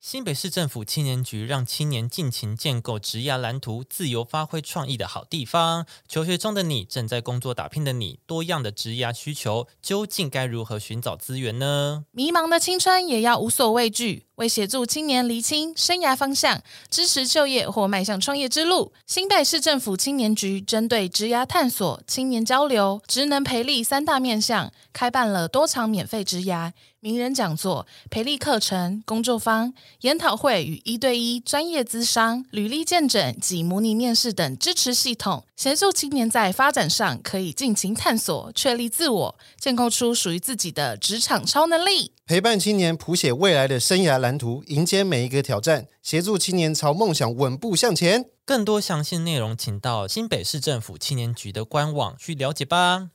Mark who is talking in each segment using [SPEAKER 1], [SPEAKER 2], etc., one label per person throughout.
[SPEAKER 1] 新北市政府青年局让青年尽情建构职涯蓝图，自由发挥创意的好地方。求学中的你，正在工作打拼的你，多样的职涯需求，究竟该如何寻找资源呢？
[SPEAKER 2] 迷茫的青春也要无所畏惧。为协助青年厘清生涯方向，支持就业或迈向创业之路，新北市政府青年局针对职涯探索、青年交流、职能培力三大面向，开办了多场免费职涯名人讲座、培力课程、工作坊、研讨会与一对一专业咨商、履历见诊及模拟面试等支持系统，协助青年在发展上可以尽情探索、确立自我，建构出属于自己的职场超能力。
[SPEAKER 3] 陪伴青年谱写未来的生涯蓝图，迎接每一个挑战，协助青年朝梦想稳步向前。
[SPEAKER 1] 更多详细内容，请到新北市政府青年局的官网去了解吧。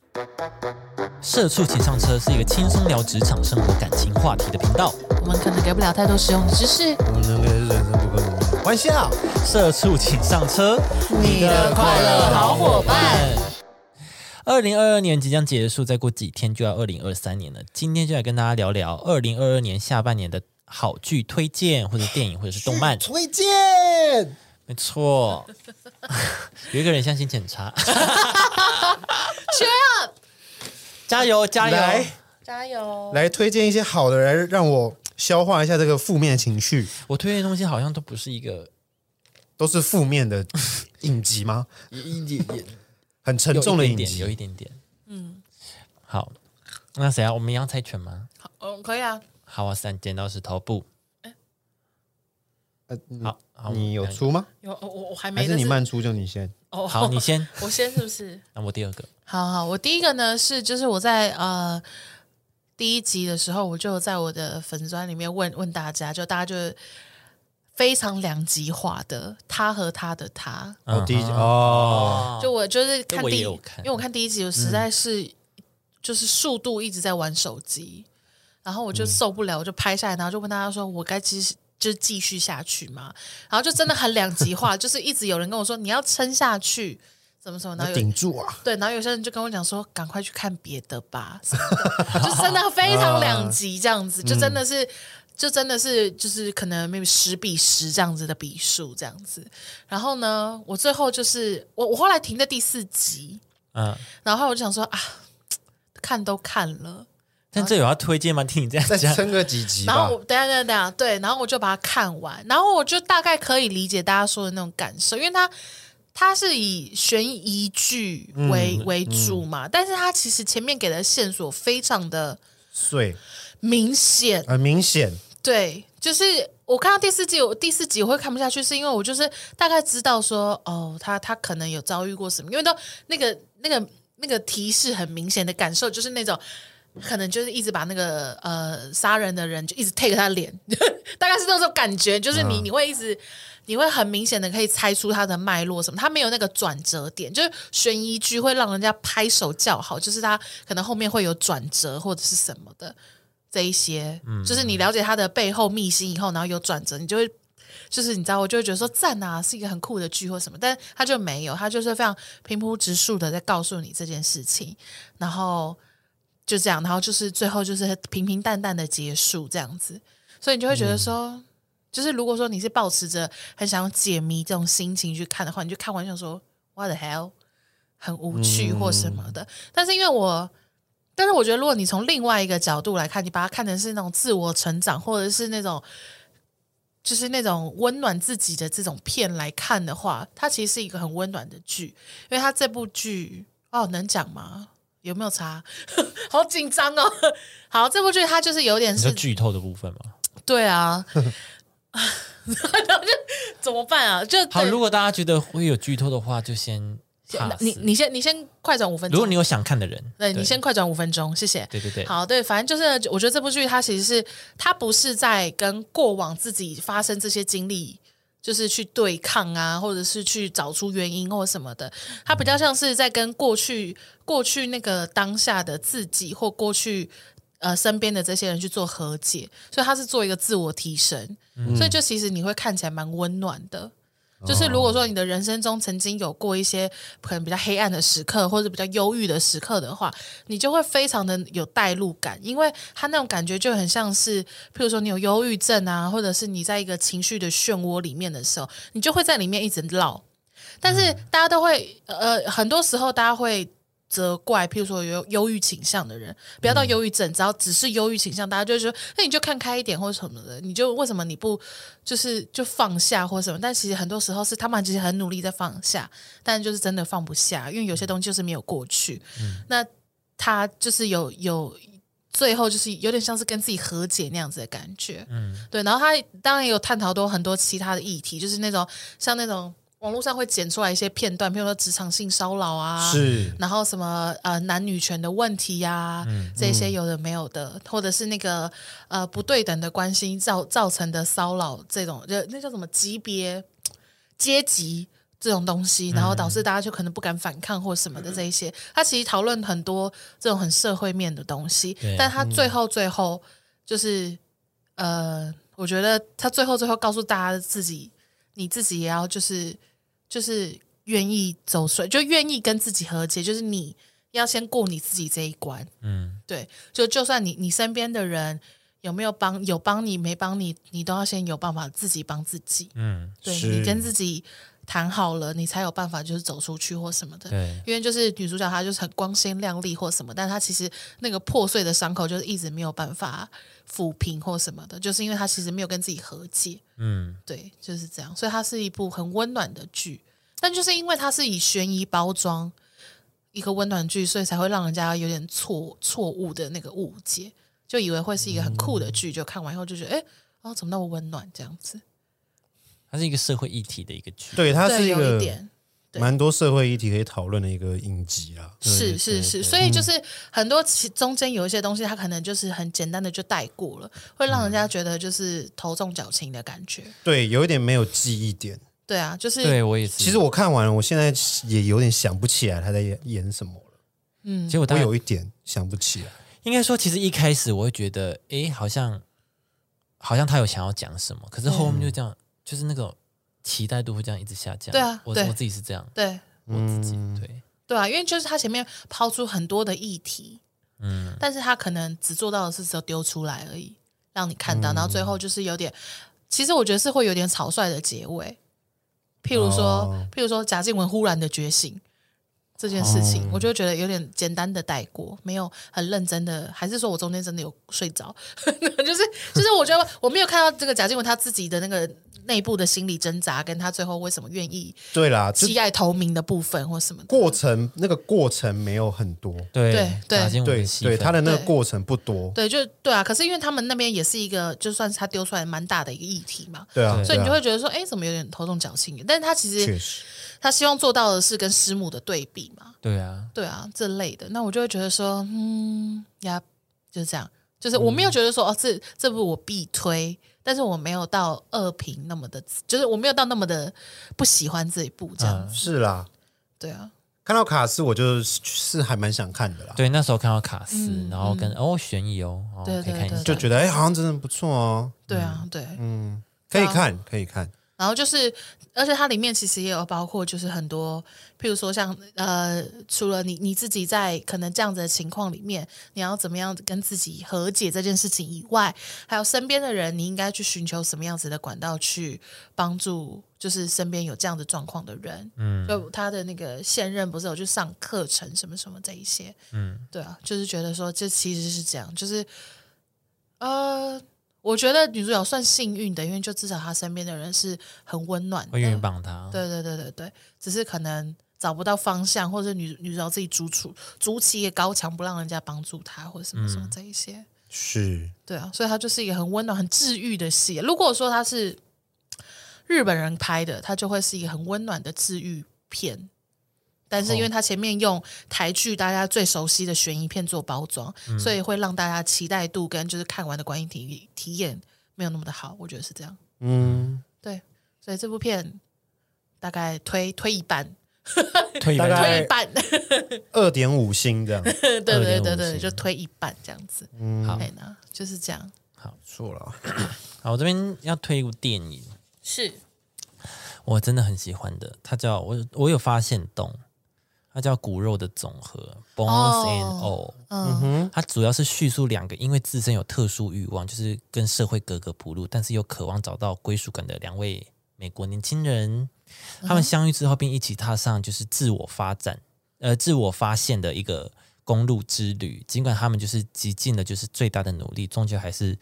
[SPEAKER 1] 社畜请上车是一个轻松聊职场、生活、感情话题的频道。
[SPEAKER 2] 我们可能给不了太多实用的知识，
[SPEAKER 3] 我们能给人生不可能。玩笑，
[SPEAKER 1] 社畜请上车，
[SPEAKER 2] 你的快乐好伙伴。
[SPEAKER 1] 二零二二年即将结束，再过几天就要二零二三年了。今天就来跟大家聊聊二零二二年下半年的好剧推荐，或者电影，或者是动漫。
[SPEAKER 3] 推荐。
[SPEAKER 1] 没错，有一个人现在心情很差，加油
[SPEAKER 2] 哎
[SPEAKER 1] 加油
[SPEAKER 3] 来！
[SPEAKER 2] 加油！
[SPEAKER 3] 来推荐一些好的，来让我消化一下这个负面情绪，
[SPEAKER 1] 我推荐的东西好像都不是一个
[SPEAKER 3] 都是负面的影集吗？
[SPEAKER 1] 一一点
[SPEAKER 3] 很沉重的
[SPEAKER 1] 一
[SPEAKER 3] 影
[SPEAKER 1] 点，有
[SPEAKER 3] 集。
[SPEAKER 1] 一点点。嗯，好，那谁啊？我们一样猜拳吗？
[SPEAKER 2] 嗯，可以啊。
[SPEAKER 1] 好啊，三剪刀石头布。
[SPEAKER 3] 呃你
[SPEAKER 1] 好，好
[SPEAKER 3] 你有？出吗？
[SPEAKER 2] 有我我还没，
[SPEAKER 3] 还是
[SPEAKER 2] 但
[SPEAKER 3] 你慢出就你先？
[SPEAKER 2] 哦，
[SPEAKER 1] 好，你先。
[SPEAKER 2] 我先是不是？
[SPEAKER 1] 那我第二个，
[SPEAKER 2] 好好，我第一个呢是就是我在呃第一集的时候，我就在我的粉砖里面问问大家，就大家就非常两极化的他和他的他，
[SPEAKER 3] 哦，第一集
[SPEAKER 1] 嗯
[SPEAKER 3] 哦，
[SPEAKER 1] 哦
[SPEAKER 2] 就我就是看
[SPEAKER 1] 我也
[SPEAKER 2] 第一，
[SPEAKER 1] 有看嗯
[SPEAKER 2] 因为我看第一集，我实在是、就是速度一直在玩手机，然后我就受不了，我就拍下来，然后就问大家说，我该继续就继续下去吗？然后就真的很两极化， 就是一直有人跟我说你要撑下去，怎么怎么，然后
[SPEAKER 3] 那
[SPEAKER 2] 有
[SPEAKER 3] 顶住啊！
[SPEAKER 2] 对，然后有些人就跟我讲说，赶快去看别的吧，什么的就真的非常两极这样子，就真的是。就真的是就是可能 maybe 十比十这样子的比数这样子，然后呢，我最后就是我我后来停在第四集，
[SPEAKER 1] 嗯，
[SPEAKER 2] 然后我就想说啊，看都看了，
[SPEAKER 1] 但这有要推荐吗？听你这样
[SPEAKER 3] 再
[SPEAKER 1] 讲，
[SPEAKER 3] 撑个几集
[SPEAKER 2] 然
[SPEAKER 3] 吧
[SPEAKER 2] 后。我等一下等一下等一下，对，然后我就把它看完，然后我就大概可以理解大家说的那种感受，因为它它是以悬疑剧为、为主嘛，但是它其实前面给的线索非常的
[SPEAKER 3] 碎，
[SPEAKER 2] 明显，
[SPEAKER 3] 很明显，
[SPEAKER 2] 对，就是我看到第四季，我第四集我会看不下去，是因为我就是大概知道说，哦，他他可能有遭遇过什么，因为都那个那个那个提示很明显的感受，就是那种可能就是一直把那个呃杀人的人就一直 take 他脸， 大概是那种感觉，就是你你会一直。你会很明显的可以猜出它的脉络什么，它没有那个转折点，就是悬疑剧会让人家拍手叫好，就是它可能后面会有转折或者是什么的这一些，就是你了解它的背后秘辛以后，然后有转折，你就会。就是你知道，我就会觉得说赞啊，是一个很酷的剧或什么，但它就没有，它就是非常平铺直述的在告诉你这件事情，然后就这样，然后就是最后就是平平淡淡的结束这样子，所以你就会觉
[SPEAKER 1] 嗯
[SPEAKER 2] 得说，就是如果说你是保持着很想要解谜这种心情去看的话，你就看完就想说 What the hell，很无趣或什
[SPEAKER 1] 嗯
[SPEAKER 2] 么的。但是因为我，但是我觉得如果你从另外一个角度来看，你把它看成是那种自我成长，或者是那种就是那种温暖自己的这种片来看的话，它其实是一个很温暖的剧，因为它这部剧哦能讲吗？有没有差？ 好紧张哦！ 好，这部剧它就是有点
[SPEAKER 1] 你
[SPEAKER 2] 是
[SPEAKER 1] 说剧透的部分吗？
[SPEAKER 2] 对 啊，然后就怎么办啊？就
[SPEAKER 1] 好，
[SPEAKER 2] 对
[SPEAKER 1] 如果大家觉得会有剧透的话，就先
[SPEAKER 2] 那
[SPEAKER 1] pass。
[SPEAKER 2] 你你先你先快转五分钟，
[SPEAKER 1] 如果你有想看的人，
[SPEAKER 2] 对你先快转五分钟，谢谢。
[SPEAKER 1] 对对对
[SPEAKER 2] 好，对，反正就是我觉得这部剧它其实是它不是在跟过往自己发生这些经历。就是去对抗啊，或者是去找出原因或什么的，它比较像是在跟过去、过去那个当下的自己或过去呃身边的这些人去做和解，所以它是做一个自我提升，所以就其实你会看起来蛮温暖的。就是如果说你的人生中曾经有过一些可能比较黑暗的时刻，或者比较忧郁的时刻的话，你就会非常的有代入感，因为他那种感觉就很像是，譬如说你有忧郁症啊，或者是你在一个情绪的漩涡里面的时候，你就会在里面一直绕。但是大家都会，呃，很多时候大家会责怪，譬如说有忧郁倾向的人，不要到忧郁症，只要只是忧郁倾向，大家就会说，那你就看开一点或什么的，你就为什么你不就是就放下或什么？但其实很多时候是他们其实很努力在放下，但就是真的放不下，因为有些东西就是没有过去。那他就是有有。最后就是有点像是跟自己和解那样子的感觉，嗯，对。然后他当然也有探讨多很多其他的议题，就是那种像那种网络上会剪出来一些片段，比如说职场性骚扰啊，
[SPEAKER 3] 是
[SPEAKER 2] 然后什么呃男女权的问题呀、这些有的没有的，或者是那个呃不对等的关系造造成的骚扰这种，就那叫什么级别阶级这种东
[SPEAKER 1] 嗯
[SPEAKER 2] 西，然后导致大家就可能不敢反抗或什么的这一些，他其实讨论很多这种很社会面的东西
[SPEAKER 1] 对，
[SPEAKER 2] 但他最后最后就是呃，我觉得他最后最后告诉大家自己，你自己也要就是就是愿意走出来，就愿意跟自己和解，就是你要先过你自己这一关。
[SPEAKER 1] 嗯，
[SPEAKER 2] 对，就就算你你身边的人有没有帮有帮你没帮你，你都要先有办法自己帮自己。
[SPEAKER 1] 嗯，
[SPEAKER 2] 对
[SPEAKER 3] 是
[SPEAKER 2] 你跟自己谈好了，你才有办法就是走出去或什么的。
[SPEAKER 1] 对，
[SPEAKER 2] 因为就是女主角她就是很光鲜亮丽或什么，但她其实那个破碎的伤口就是一直没有办法抚平或什么的，就是因为她其实没有跟自己和解。
[SPEAKER 1] 嗯，
[SPEAKER 2] 对，就是这样。所以它是一部很温暖的剧，但就是因为它是以悬疑包装一个温暖剧，所以才会让人家有点错错误的那个误解，就以为会是一个很酷的剧，就看完以后就觉得，哎、哦，怎么那么温暖这样子？
[SPEAKER 1] 它是一个社会议题的一个剧，
[SPEAKER 3] 对，它
[SPEAKER 2] 对，
[SPEAKER 3] 是一
[SPEAKER 2] 有一
[SPEAKER 3] 个
[SPEAKER 2] 点。对
[SPEAKER 3] 蛮多社会议题可以讨论的一个影集啊啦。对嗯
[SPEAKER 2] 是是是，所以就是很多其中间有一些东西，它可能就是很简单的就带过了，会让人家
[SPEAKER 3] 嗯
[SPEAKER 2] 觉得就是头重脚轻的感觉。
[SPEAKER 3] 对，有一点没有记忆点。
[SPEAKER 2] 对啊，就是
[SPEAKER 1] 对我也是。
[SPEAKER 3] 其实我看完了，我现在也有点想不起来他在演演什么了。
[SPEAKER 1] 其实我
[SPEAKER 3] 我
[SPEAKER 1] 当
[SPEAKER 3] 有一点想不起来。
[SPEAKER 1] 应该说，其实一开始我会觉得，诶，好像好像他有想要讲什么，可是后面就这样，就是那个期待度会这样一直下降。
[SPEAKER 2] 对啊
[SPEAKER 1] 我
[SPEAKER 2] 对
[SPEAKER 1] 我自己是这样，
[SPEAKER 2] 对
[SPEAKER 1] 我自己
[SPEAKER 3] 嗯
[SPEAKER 1] 对，
[SPEAKER 2] 对啊，因为就是他前面抛出很多的议题，
[SPEAKER 1] 嗯，
[SPEAKER 2] 但是他可能只做到的是只有丢出来而已，让你看
[SPEAKER 3] 嗯
[SPEAKER 2] 到，然后最后就是有点，其实我觉得是会有点草率的结尾，譬如说，
[SPEAKER 3] 哦
[SPEAKER 2] 譬如说贾静雯忽然的觉醒这件事
[SPEAKER 3] 哦
[SPEAKER 2] 情，我就觉得有点简单的带过，没有很认真的，还是说我中间真的有睡着， 就是就是我觉得我没有看到这个贾静雯她自己的那个内部的心理挣扎，跟她最后为什么愿意
[SPEAKER 3] 对啦，这
[SPEAKER 2] 弃爱投明的部分或什么的
[SPEAKER 3] 过程那个过程没有很多，
[SPEAKER 1] 对
[SPEAKER 2] 对对
[SPEAKER 1] 打进我
[SPEAKER 3] 对
[SPEAKER 1] 的戏
[SPEAKER 3] 对，
[SPEAKER 1] 份
[SPEAKER 3] 他的那个
[SPEAKER 2] 对
[SPEAKER 3] 过程不多。
[SPEAKER 2] 对，就对啊。可是因为他们那边也是一个，就算是他丢出来蛮大的一个议题嘛，
[SPEAKER 3] 对啊，
[SPEAKER 1] 对
[SPEAKER 2] 所以你就
[SPEAKER 3] 对啊
[SPEAKER 2] 会觉得说，哎，怎么有点头重脚轻？但是他其
[SPEAKER 3] 确
[SPEAKER 2] 实
[SPEAKER 3] 实
[SPEAKER 2] 他希望做到的是跟师母的对比嘛，
[SPEAKER 1] 对啊，
[SPEAKER 2] 对啊，这类的。那我就会觉得说，嗯呀，就是这样。就是我没
[SPEAKER 3] 嗯
[SPEAKER 2] 有觉得说、哦，这这部我必推，但是我没有到恶评那么的，就是我没有到那么的不喜欢这一部这样子。
[SPEAKER 3] 是啦。
[SPEAKER 2] 对啊，
[SPEAKER 3] 看到卡斯，我就是是还蛮想看的啦，
[SPEAKER 1] 对，那时候看到卡斯，然后跟哦悬疑哦，哦
[SPEAKER 2] 嗯对
[SPEAKER 1] 可以
[SPEAKER 2] 对
[SPEAKER 1] 看一
[SPEAKER 2] 对
[SPEAKER 1] 下
[SPEAKER 3] 就，觉得哎、好像真的不错哦，
[SPEAKER 2] 对啊，对。
[SPEAKER 3] 可以
[SPEAKER 2] 对啊
[SPEAKER 3] 看，可以看。
[SPEAKER 2] 然后就是，而且它里面其实也有包括，就是很多，譬如说像呃，除了你你自己在可能这样子的情况里面，你要怎么样跟自己和解这件事情以外，还有身边的人，你应该去寻求什么样子的管道去帮助，就是身边有这样的状况的人。嗯，就他的那个现任不是有去上课程什么什么这一些，嗯，对啊，就是觉得说这其实是这样，就是呃。我觉得女主角算幸运的，因为就至少她身边的人是很温暖的，
[SPEAKER 1] 会愿意帮他，
[SPEAKER 2] 对对对对对，只是可能找不到方向，或者女女主角自己主处筑起一个高墙，不让人家帮助她，或者什么什么这一些。
[SPEAKER 3] 是
[SPEAKER 2] 对啊，所以它就是一个很温暖、很治愈的戏。如果说它是日本人拍的，它就会是一个很温暖的治愈片。但
[SPEAKER 1] 哦
[SPEAKER 2] 是因为它前面用台剧大家最熟悉的悬疑片做包装，
[SPEAKER 1] 嗯
[SPEAKER 2] 所以会让大家期待度跟就是看完的观影体体验没有那么的好，我觉得是这样。
[SPEAKER 3] 嗯，
[SPEAKER 2] 对，所以这部片大概推推一半，
[SPEAKER 1] 退一
[SPEAKER 3] 大
[SPEAKER 1] 半
[SPEAKER 3] 概
[SPEAKER 2] 推一半， 对
[SPEAKER 3] 二点五 星这样，不
[SPEAKER 2] 对对对
[SPEAKER 1] 2.5
[SPEAKER 2] 对，
[SPEAKER 1] 星嗯
[SPEAKER 2] 就推一半这样子。
[SPEAKER 1] 好
[SPEAKER 2] 对呢，就是这样。
[SPEAKER 3] 错了。
[SPEAKER 1] 好，我这边要推一部电影，
[SPEAKER 2] 是，
[SPEAKER 1] 我我真的很喜欢的，它叫我我有发现洞，它叫骨肉的总和 （Bones and All）。
[SPEAKER 2] 嗯，
[SPEAKER 1] 它主要是叙述两个因为自身有特殊欲望，就是跟社会格格不入，但是又渴望找到归属感的两位美国年轻人，他们相遇之后并一起踏上就是自我发展，呃，自我发现的一个公路之旅。尽管他们就是极尽了就是最大的努力，终究还是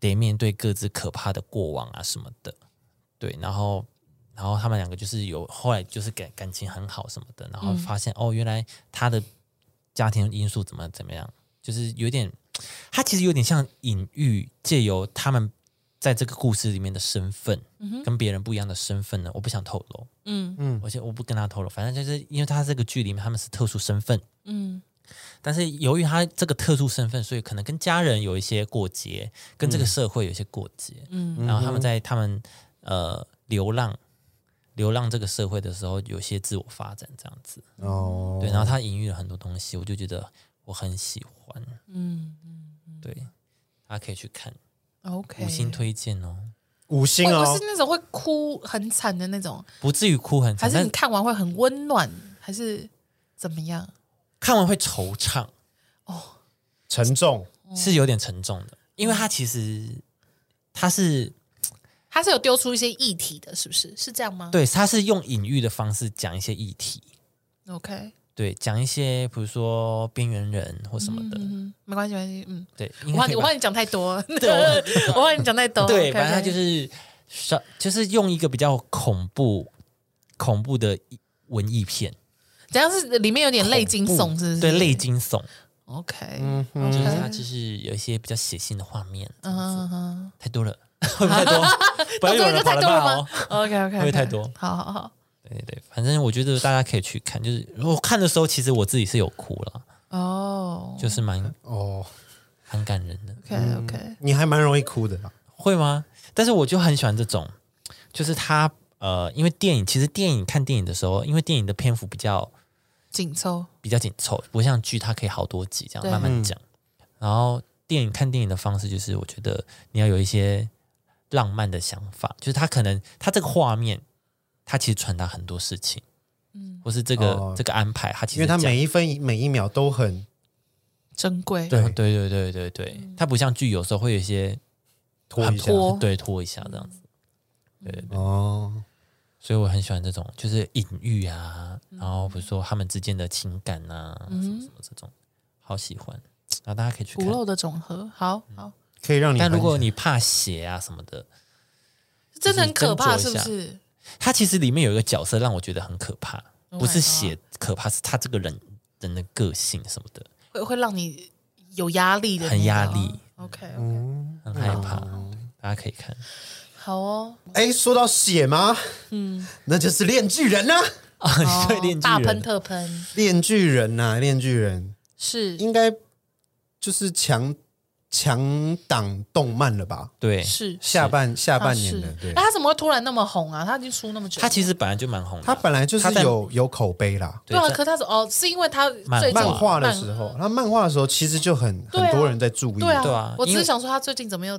[SPEAKER 1] 得面对各自可怕的过往啊什么的。对，然后。然后他们两个就是有后来就是感感情很好什么的，然后发现、哦，原来他的家庭因素怎么怎么样，就是有点，他其实有点像隐喻，借由他们在这个故事里面的身份，跟别人不一样的身份呢，我不想透露，
[SPEAKER 2] 嗯
[SPEAKER 1] 嗯，而且我不跟他透露，反正就是因为他这个剧里面他们是特殊身份，
[SPEAKER 2] 嗯，
[SPEAKER 1] 但是由于他这个特殊身份，所以可能跟家人有一些过节，跟这个社会有一些过节。嗯，然后他们在他们呃流浪流浪这个社会的时候，有一些自我发展这样子。
[SPEAKER 3] 哦，
[SPEAKER 1] 对，然后他隐喻了很多东西，我就觉得我很喜欢。嗯对，大家可以去看，
[SPEAKER 2] OK，
[SPEAKER 1] 五星推荐哦，
[SPEAKER 3] 五星
[SPEAKER 2] 我
[SPEAKER 3] 哦
[SPEAKER 2] 我是，那种会哭很惨的那种，
[SPEAKER 1] 不至于哭很
[SPEAKER 2] 还
[SPEAKER 1] 惨，
[SPEAKER 2] 是
[SPEAKER 1] 但
[SPEAKER 2] 你看完会很温暖，还是怎么样？
[SPEAKER 1] 看完会惆怅，
[SPEAKER 3] 沉重，
[SPEAKER 1] 是有点沉重的，因为他其实他是
[SPEAKER 2] 它是有丢出一些议题的，是不是？是这样吗？
[SPEAKER 1] 对，他是用隐喻的方式讲一些议题。
[SPEAKER 2] ，OK，
[SPEAKER 1] 对，讲一些比如说边缘人或什么的，
[SPEAKER 2] 嗯，没关系，没关系，嗯，
[SPEAKER 1] 对，
[SPEAKER 2] 我
[SPEAKER 1] 应
[SPEAKER 2] 怕
[SPEAKER 1] 该可
[SPEAKER 2] 你，
[SPEAKER 1] 以
[SPEAKER 2] 我
[SPEAKER 1] 吧
[SPEAKER 2] 怕你哦讲太 多，
[SPEAKER 1] 对我
[SPEAKER 2] 我怕你讲太多，
[SPEAKER 1] 对，
[SPEAKER 2] OK，OK
[SPEAKER 1] 反正他就是稍就是用一个比较恐怖恐怖的一文艺片，
[SPEAKER 2] 怎样是里面有点类惊悚，是不是？
[SPEAKER 1] 对，类惊悚，
[SPEAKER 2] ，OK，
[SPEAKER 3] 嗯哼
[SPEAKER 1] 就是
[SPEAKER 2] 嗯
[SPEAKER 1] 它就是有一些比较血腥的画面，
[SPEAKER 2] 嗯哼哼，
[SPEAKER 1] 太多了， 会不会太 多？不要
[SPEAKER 2] 到
[SPEAKER 1] 有
[SPEAKER 2] 这
[SPEAKER 1] 人
[SPEAKER 2] 个
[SPEAKER 1] 跑
[SPEAKER 2] 太
[SPEAKER 1] 来
[SPEAKER 2] 多了
[SPEAKER 1] 骂
[SPEAKER 2] 吗
[SPEAKER 1] 哦。
[SPEAKER 2] ？OK OK，
[SPEAKER 1] 会 不会太多
[SPEAKER 2] 好好好
[SPEAKER 1] 对对，反正我觉得大家可以去看，就是我看的时候，其实我自己是有哭了，
[SPEAKER 2] 哦
[SPEAKER 1] 就是蛮
[SPEAKER 3] 哦，
[SPEAKER 1] 蛮感人的。
[SPEAKER 2] ，OK
[SPEAKER 1] 嗯
[SPEAKER 2] OK，
[SPEAKER 3] 你还蛮容易哭的啦，
[SPEAKER 1] 会吗？但是我就很喜欢这种，就是它呃，因为电影其实电影看电影的时候，因为电影的篇幅比较
[SPEAKER 2] 紧凑，
[SPEAKER 1] 比较紧凑，不像剧它可以好多集这样
[SPEAKER 2] 对
[SPEAKER 1] 慢慢讲。然后电影看电影的方式就是，我觉得你要有一些浪漫的想法，就是它可能它这个画面，它其实传达很多事情，嗯，或是这个、
[SPEAKER 3] 哦
[SPEAKER 1] 这个安排，它其实
[SPEAKER 3] 因为它
[SPEAKER 1] 讲
[SPEAKER 3] 每一分每一秒都很
[SPEAKER 2] 珍贵，
[SPEAKER 3] 对
[SPEAKER 1] 对对对对对，它不像剧有时候会有一些
[SPEAKER 3] 拖一下
[SPEAKER 2] 很，拖
[SPEAKER 1] 对拖一下这样子，对对对。
[SPEAKER 3] 哦，
[SPEAKER 1] 所以我很喜欢这种，就是隐喻啊，然后
[SPEAKER 2] 嗯
[SPEAKER 1] 比如说他们之间的情感啊，什么什么这种，好喜欢。然后大家可以去
[SPEAKER 2] 骨
[SPEAKER 1] 看。
[SPEAKER 2] 嗯肉的总和，好好，
[SPEAKER 3] 可以让你很
[SPEAKER 1] 但
[SPEAKER 3] 想。
[SPEAKER 1] 如果你怕血啊什么的，
[SPEAKER 2] 真的很可怕，
[SPEAKER 1] 就是
[SPEAKER 2] 是
[SPEAKER 1] 斟酌一
[SPEAKER 2] 不
[SPEAKER 1] 下
[SPEAKER 2] 是？
[SPEAKER 1] 他其实里面有一个角色让我觉得很可怕，
[SPEAKER 2] Oh my
[SPEAKER 1] 不是血可怕，是他这个人人的个性什么的，
[SPEAKER 2] 会会让你有压力的那种，
[SPEAKER 1] 很压力
[SPEAKER 2] OK，
[SPEAKER 1] 很害怕。
[SPEAKER 3] 嗯
[SPEAKER 1] 大家可以看，
[SPEAKER 2] 好哦，
[SPEAKER 3] 哎，说到血吗？嗯，那就是炼巨人呐、
[SPEAKER 2] 哦
[SPEAKER 1] 对恋巨
[SPEAKER 2] 大
[SPEAKER 1] 人
[SPEAKER 2] 喷特喷
[SPEAKER 3] 炼巨人呐、炼巨人
[SPEAKER 2] 是
[SPEAKER 3] 应该就是强强档动漫了吧？
[SPEAKER 1] 对，
[SPEAKER 2] 是
[SPEAKER 3] 下半
[SPEAKER 2] 下
[SPEAKER 3] 下半年的，对
[SPEAKER 2] 那，他怎么会突然那么红啊？他已经出那么久了，
[SPEAKER 1] 他其实本来就蛮红的，
[SPEAKER 3] 他本来就
[SPEAKER 1] 他
[SPEAKER 3] 是
[SPEAKER 1] 在
[SPEAKER 3] 有有口碑啦。
[SPEAKER 1] 对
[SPEAKER 2] 对啊，
[SPEAKER 1] 在
[SPEAKER 2] 可他是哦，是因为他
[SPEAKER 1] 漫
[SPEAKER 2] 最近
[SPEAKER 3] 漫画的
[SPEAKER 2] 漫
[SPEAKER 3] 时候，他漫画的时候其实就很
[SPEAKER 2] 对啊
[SPEAKER 3] 很多人在注意，
[SPEAKER 2] 对啊，
[SPEAKER 1] 对啊
[SPEAKER 2] 我只
[SPEAKER 1] 因为
[SPEAKER 2] 是想说他最近怎么又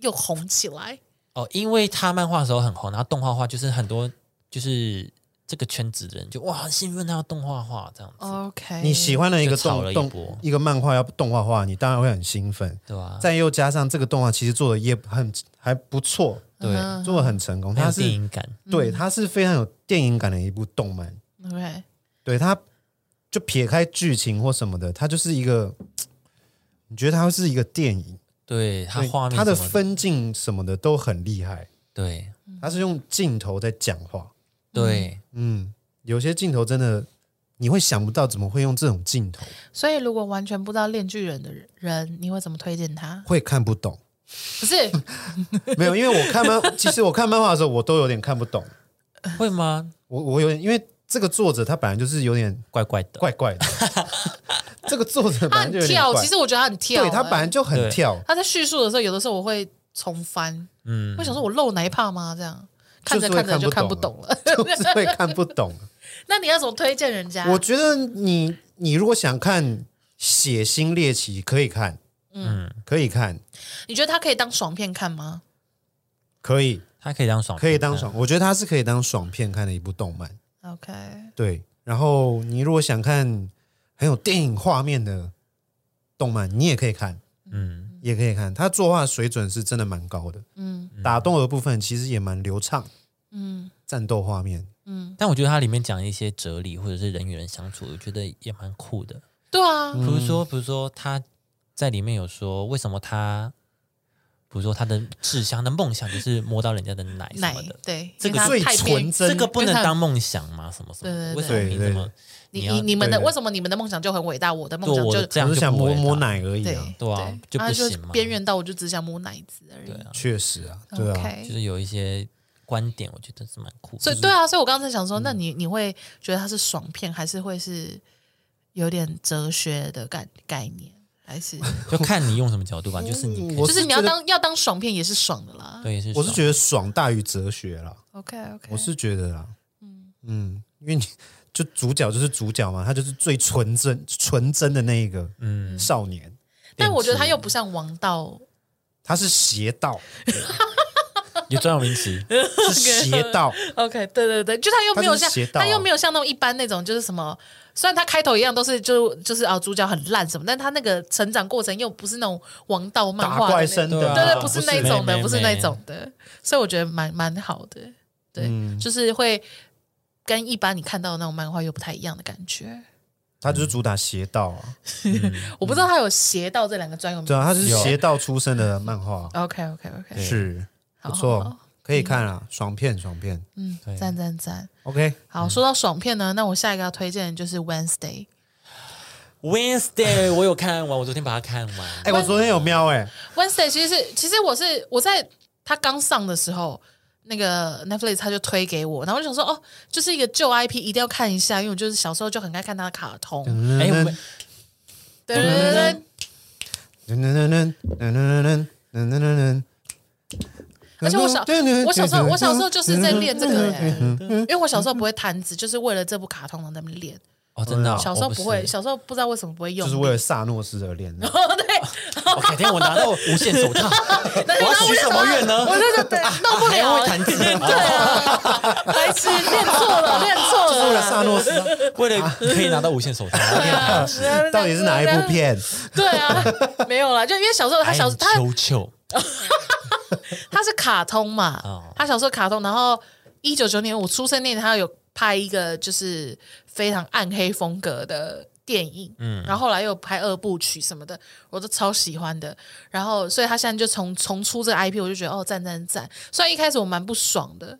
[SPEAKER 2] 又红起来？
[SPEAKER 1] 哦，因为他漫画的时候很红，然后动画化就是很多就是这个圈子的人就哇很兴奋，他要动画化这样子，
[SPEAKER 2] 哦 OK，
[SPEAKER 3] 你喜欢的一个
[SPEAKER 1] 哎就炒
[SPEAKER 3] 动
[SPEAKER 1] 了一
[SPEAKER 3] 动
[SPEAKER 1] 波
[SPEAKER 3] 一个漫画要动画化，你当然会很兴奋。
[SPEAKER 1] 对吧？
[SPEAKER 3] 再又加上这个动画其实做的也很还不错，
[SPEAKER 1] 对，
[SPEAKER 2] 嗯
[SPEAKER 3] 做的很成功。
[SPEAKER 1] 很
[SPEAKER 3] 它
[SPEAKER 1] 有电
[SPEAKER 3] 是
[SPEAKER 1] 影感，
[SPEAKER 3] 对，它是非常有电影感的一部动漫。
[SPEAKER 2] OK，
[SPEAKER 3] 对，它就撇开剧情或什么的，它就是一个，你觉得它会是一个电影？
[SPEAKER 1] 对他
[SPEAKER 3] 对
[SPEAKER 1] 画面
[SPEAKER 3] 它的
[SPEAKER 1] 什么嗯
[SPEAKER 3] 分镜什么的都很厉害，
[SPEAKER 1] 对
[SPEAKER 3] 它是用镜头在讲话。
[SPEAKER 1] 对，
[SPEAKER 3] 嗯，有些镜头真的你会想不到怎么会用这种镜头，
[SPEAKER 2] 所以如果完全不知道《恋巨人》的人，你会怎么推荐他？
[SPEAKER 3] 会看不懂。
[SPEAKER 2] 不 是
[SPEAKER 3] 没有，因为我 看漫，其实我看漫画的时候，我都有点看不懂。
[SPEAKER 2] 嗯
[SPEAKER 1] 会 吗？
[SPEAKER 3] 我我有点，因为这个作者他本来就是有点
[SPEAKER 1] 怪怪的，
[SPEAKER 3] 怪怪的， 这个作
[SPEAKER 2] 他
[SPEAKER 3] 者本来
[SPEAKER 2] 很
[SPEAKER 3] 就有点
[SPEAKER 2] 跳，
[SPEAKER 3] 怪
[SPEAKER 2] 其，实我觉得他很跳、
[SPEAKER 3] 对他
[SPEAKER 2] 哎
[SPEAKER 3] 本来就很跳，
[SPEAKER 2] 他在叙述的时候，有的时候我会重翻，
[SPEAKER 1] 嗯
[SPEAKER 2] 会，想说我漏哪一趴吗？这样看着
[SPEAKER 3] 就是会
[SPEAKER 2] 看着就看
[SPEAKER 3] 看
[SPEAKER 2] 不
[SPEAKER 3] 不
[SPEAKER 2] 懂
[SPEAKER 3] 懂
[SPEAKER 2] 了。
[SPEAKER 3] 就是会看不懂。
[SPEAKER 2] 那你要怎么推荐人家？
[SPEAKER 3] 我觉得你你如果想看血腥猎奇，可以看，嗯，可以看，
[SPEAKER 2] 你觉得他可以当爽片看吗？
[SPEAKER 3] 可以，
[SPEAKER 1] 它可以当爽片，
[SPEAKER 3] 可以当爽，我觉得它是可以当爽片看的一部动漫。
[SPEAKER 2] OK，
[SPEAKER 3] 对，然后你如果想看很有电影画面的动漫，你也可以看，
[SPEAKER 1] 嗯，
[SPEAKER 3] 也可以看。它作画水准是真的蛮高的，
[SPEAKER 2] 嗯
[SPEAKER 3] 打斗的部分其实也蛮流畅，
[SPEAKER 2] 嗯
[SPEAKER 3] 战斗画面
[SPEAKER 2] 嗯，
[SPEAKER 1] 但我觉得它里面讲一些哲理或者是人与人相处，我觉得也蛮酷的。
[SPEAKER 2] 对啊，
[SPEAKER 3] 嗯
[SPEAKER 1] 比如说，比如说他在里面有说，为什么他，比如说他的志向、他的梦想就是摸到人家的奶什
[SPEAKER 2] 奶
[SPEAKER 1] 么的，
[SPEAKER 2] 对，
[SPEAKER 1] 这个
[SPEAKER 2] 因为它
[SPEAKER 3] 最
[SPEAKER 2] 太
[SPEAKER 3] 纯
[SPEAKER 2] 偏
[SPEAKER 3] 真，
[SPEAKER 1] 这个不能
[SPEAKER 2] 因为他
[SPEAKER 1] 当梦想吗？什么什么的？为
[SPEAKER 2] 对对
[SPEAKER 1] 什么你怎
[SPEAKER 3] 对
[SPEAKER 1] 么
[SPEAKER 2] 你
[SPEAKER 1] 要
[SPEAKER 2] 你你们的
[SPEAKER 3] 对
[SPEAKER 2] 为什么你们的梦想就很伟大，我的梦
[SPEAKER 1] 做
[SPEAKER 2] 想
[SPEAKER 1] 我
[SPEAKER 2] 就
[SPEAKER 1] 的这
[SPEAKER 3] 我
[SPEAKER 1] 样
[SPEAKER 3] 是
[SPEAKER 1] 就
[SPEAKER 3] 想
[SPEAKER 1] 不伟啊
[SPEAKER 3] 摸
[SPEAKER 1] 大
[SPEAKER 3] 摸？奶而已
[SPEAKER 2] 对
[SPEAKER 3] 啊，
[SPEAKER 1] 对啊就
[SPEAKER 2] 他
[SPEAKER 1] 不
[SPEAKER 2] 就是
[SPEAKER 1] 行嘛
[SPEAKER 2] 边缘到我就只想摸奶子而已
[SPEAKER 1] 对。啊，
[SPEAKER 3] 确实啊，对啊，
[SPEAKER 1] 就
[SPEAKER 2] OK，
[SPEAKER 1] 是有一些观点，我觉得是蛮酷的。
[SPEAKER 2] 所以对啊，所以我刚才
[SPEAKER 3] 嗯
[SPEAKER 2] 想说，那你你会觉得它是爽片，还是会是有点哲学的概概念，还是
[SPEAKER 1] 就看你用什么角度吧，哦就是你可以
[SPEAKER 3] 我
[SPEAKER 2] 就是你要
[SPEAKER 3] 觉得
[SPEAKER 2] 当要当爽片也是爽的啦。
[SPEAKER 1] 对，是
[SPEAKER 3] 我是
[SPEAKER 1] 得
[SPEAKER 3] 觉得爽大于哲学啦，
[SPEAKER 2] OK OK，
[SPEAKER 3] 我是觉得啦，嗯因为你就主角就是主角嘛，他就是最纯真纯真的那一个
[SPEAKER 1] 嗯，
[SPEAKER 3] 少年，
[SPEAKER 2] 但我觉得他又不像王道，
[SPEAKER 3] 他是邪 道，
[SPEAKER 1] 有专有名词，
[SPEAKER 3] 是邪道，
[SPEAKER 2] OK，对对对，就他又没有
[SPEAKER 3] 他就
[SPEAKER 2] 像
[SPEAKER 3] 是邪道啊
[SPEAKER 2] 他又没有像那种一般那种，就是什么，虽然他开头一样都是就就是啊主角很烂什么，但他那个成长过程又不是那种王道漫
[SPEAKER 3] 打
[SPEAKER 2] 画的
[SPEAKER 3] 怪
[SPEAKER 2] 那种
[SPEAKER 3] 生的，
[SPEAKER 2] 对
[SPEAKER 1] 啊
[SPEAKER 2] 对，不是那种的，不是那种的，所以我觉得蛮蛮好的，对，
[SPEAKER 3] 嗯
[SPEAKER 2] 就是会跟一般你看到的那种漫画又不太一样的感觉。
[SPEAKER 3] 他就是主打邪道啊，
[SPEAKER 2] 我不知道他有邪道这两个专用名词
[SPEAKER 3] 对啊，他是邪道出身的漫画，
[SPEAKER 2] ，OK OK OK，
[SPEAKER 3] 是
[SPEAKER 2] 好
[SPEAKER 3] 不
[SPEAKER 2] 好
[SPEAKER 3] 错，可以看啊，爽片爽片
[SPEAKER 2] 嗯
[SPEAKER 1] 对，
[SPEAKER 2] 赞赞赞。
[SPEAKER 3] ，OK，
[SPEAKER 2] 好，说到爽片呢，那我下一个要推荐的就是 Wednesday。
[SPEAKER 1] Wednesday，我有看完，我昨天把它看完。
[SPEAKER 3] 哎，我昨天有瞄哎，
[SPEAKER 2] Wednesday 其实是，其实我是我在它刚上的时候，那个 Netflix 他就推给我，然后我就想说，哦，就是一个旧 IP，一定要看一下，因为我就是小时候就很爱看他的卡通。
[SPEAKER 1] 哎，我们
[SPEAKER 2] 对对对对对，
[SPEAKER 3] 噔噔噔噔噔噔噔噔噔噔。
[SPEAKER 2] 而且我小我小时候我小时候就是在练这个、欸，因为我小时候不会弹指，就是为了这部卡通然后在那边练。
[SPEAKER 1] 哦，真
[SPEAKER 3] 啊
[SPEAKER 1] 的哦，
[SPEAKER 2] 小时
[SPEAKER 1] 我
[SPEAKER 2] 候不
[SPEAKER 1] 是
[SPEAKER 2] 会， 小时候不知道为什么不会用
[SPEAKER 3] 就
[SPEAKER 2] 力，
[SPEAKER 3] 是为了萨诺斯而练的。
[SPEAKER 1] 我改哦天我拿到无线手 套，我要许什么愿呢？
[SPEAKER 2] 我 就对弄不
[SPEAKER 1] 还
[SPEAKER 3] 啊
[SPEAKER 1] 要
[SPEAKER 2] 了
[SPEAKER 1] 会，弹字，啊
[SPEAKER 2] 对啊，白痴练错了，练错
[SPEAKER 3] 为了
[SPEAKER 2] 了。
[SPEAKER 3] 萨诺斯啊，
[SPEAKER 1] 为了可以拿到无线 手套。
[SPEAKER 2] 对啊
[SPEAKER 3] 到底是哪一部？片？
[SPEAKER 2] 对啊，没有啦，就因为小时候他小他
[SPEAKER 1] 球球，
[SPEAKER 2] 他是卡通嘛，
[SPEAKER 1] 哦
[SPEAKER 2] 他小时候卡通，然后一九九年我出生那年，他有拍一个就是非常暗黑风格的电影，嗯，然后后来又拍二部曲什么的，我都超喜欢的。然后所以他现在就重重出这个 IP，我就觉得哦赞赞赞。虽然一开始我蛮不爽的，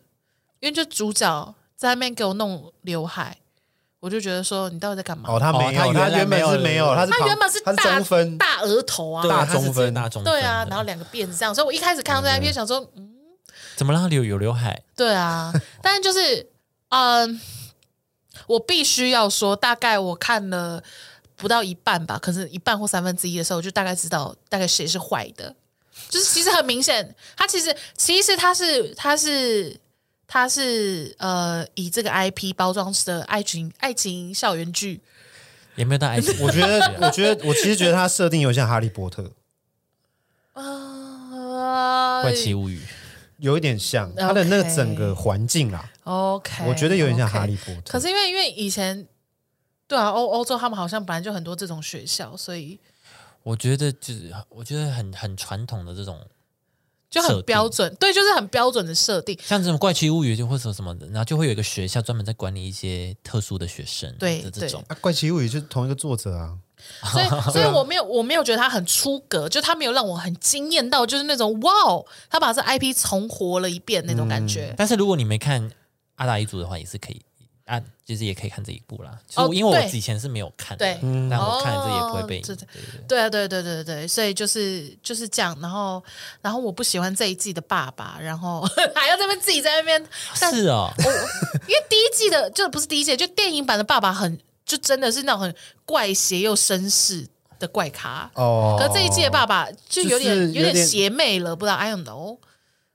[SPEAKER 2] 因为就主角在那边给我弄刘海，我就觉得说你到底在干嘛？
[SPEAKER 3] 哦，他没有，
[SPEAKER 1] 哦
[SPEAKER 3] 他
[SPEAKER 1] 他
[SPEAKER 3] 原
[SPEAKER 1] 原
[SPEAKER 3] 本
[SPEAKER 1] 来
[SPEAKER 3] 是没
[SPEAKER 1] 没
[SPEAKER 3] 有，
[SPEAKER 1] 有
[SPEAKER 3] 他是
[SPEAKER 2] 他
[SPEAKER 3] 旁
[SPEAKER 2] 原本是
[SPEAKER 3] 他是
[SPEAKER 2] 大
[SPEAKER 3] 中分，
[SPEAKER 2] 大额头啊
[SPEAKER 1] 对。它
[SPEAKER 3] 大
[SPEAKER 1] 是
[SPEAKER 3] 中分
[SPEAKER 1] 指大中分
[SPEAKER 2] 对
[SPEAKER 1] 的，
[SPEAKER 2] 啊，然后两个辫子这样，所以我一开始看到这 IP 想说，嗯，
[SPEAKER 1] 怎么让他留有刘海？
[SPEAKER 2] 对啊，但是就是，嗯，我必须要说，大概我看了不到一半吧，可能一半或三分之一的时候，我就大概知道大概谁是坏的。就是其实很明显，他其实其实他是他是他是呃以这个 IP 包装的爱情爱情校园剧，
[SPEAKER 1] 也没有到爱情，
[SPEAKER 3] 我觉 得，我觉得，我其实觉得他设定有像哈利波特，
[SPEAKER 2] 啊
[SPEAKER 1] 怪奇物语，
[SPEAKER 3] 有一点像他的那
[SPEAKER 2] OK
[SPEAKER 3] 整个环境啦，
[SPEAKER 2] 呃 OK，
[SPEAKER 3] 我觉得有点像
[SPEAKER 2] OK
[SPEAKER 3] 哈利波特。
[SPEAKER 2] 可是因为因为以前，对啊，欧欧洲他们好像本来就很多这种学校，所以
[SPEAKER 1] 我觉得就是我觉得很很传统的这种，
[SPEAKER 2] 就很标准，对，就是很标准的设 定。
[SPEAKER 1] 像这种怪奇物语就或者什么的，然后就会有一个学校专门在管理一些特殊的学生，
[SPEAKER 2] 对
[SPEAKER 1] 的这种，
[SPEAKER 3] 啊，怪奇物语就是同一个作者啊，
[SPEAKER 2] 所 以，所以我没有，我没有觉得他很出格，就他没有让我很惊艳到，就是那种哇，哦，他把这 IP 重活了一遍那种感觉。
[SPEAKER 1] 但是如果你没看阿达一族的话，也是可以啊，就是也可以看这一部啦。就是我、
[SPEAKER 2] 哦
[SPEAKER 1] 因为
[SPEAKER 2] 对
[SPEAKER 1] 我以前是没有看的，
[SPEAKER 2] 对
[SPEAKER 1] 但我看了这也不会被
[SPEAKER 2] 哦
[SPEAKER 1] 影
[SPEAKER 2] 这
[SPEAKER 1] 响。对对对
[SPEAKER 3] 嗯
[SPEAKER 2] 对啊，对对对对对，所以就是就是这样。然后，然后我不喜欢这一季的爸爸，然后 还要这边自己在那边，但
[SPEAKER 1] 是哦，
[SPEAKER 2] 因为第一季的就不是第一季，就电影版的爸爸很就真的是那种很怪邪又绅士的怪咖。
[SPEAKER 3] 哦，
[SPEAKER 2] 可这一季的爸爸就有点、
[SPEAKER 3] 就是有点
[SPEAKER 2] 有点邪魅了，不知道 I don't know。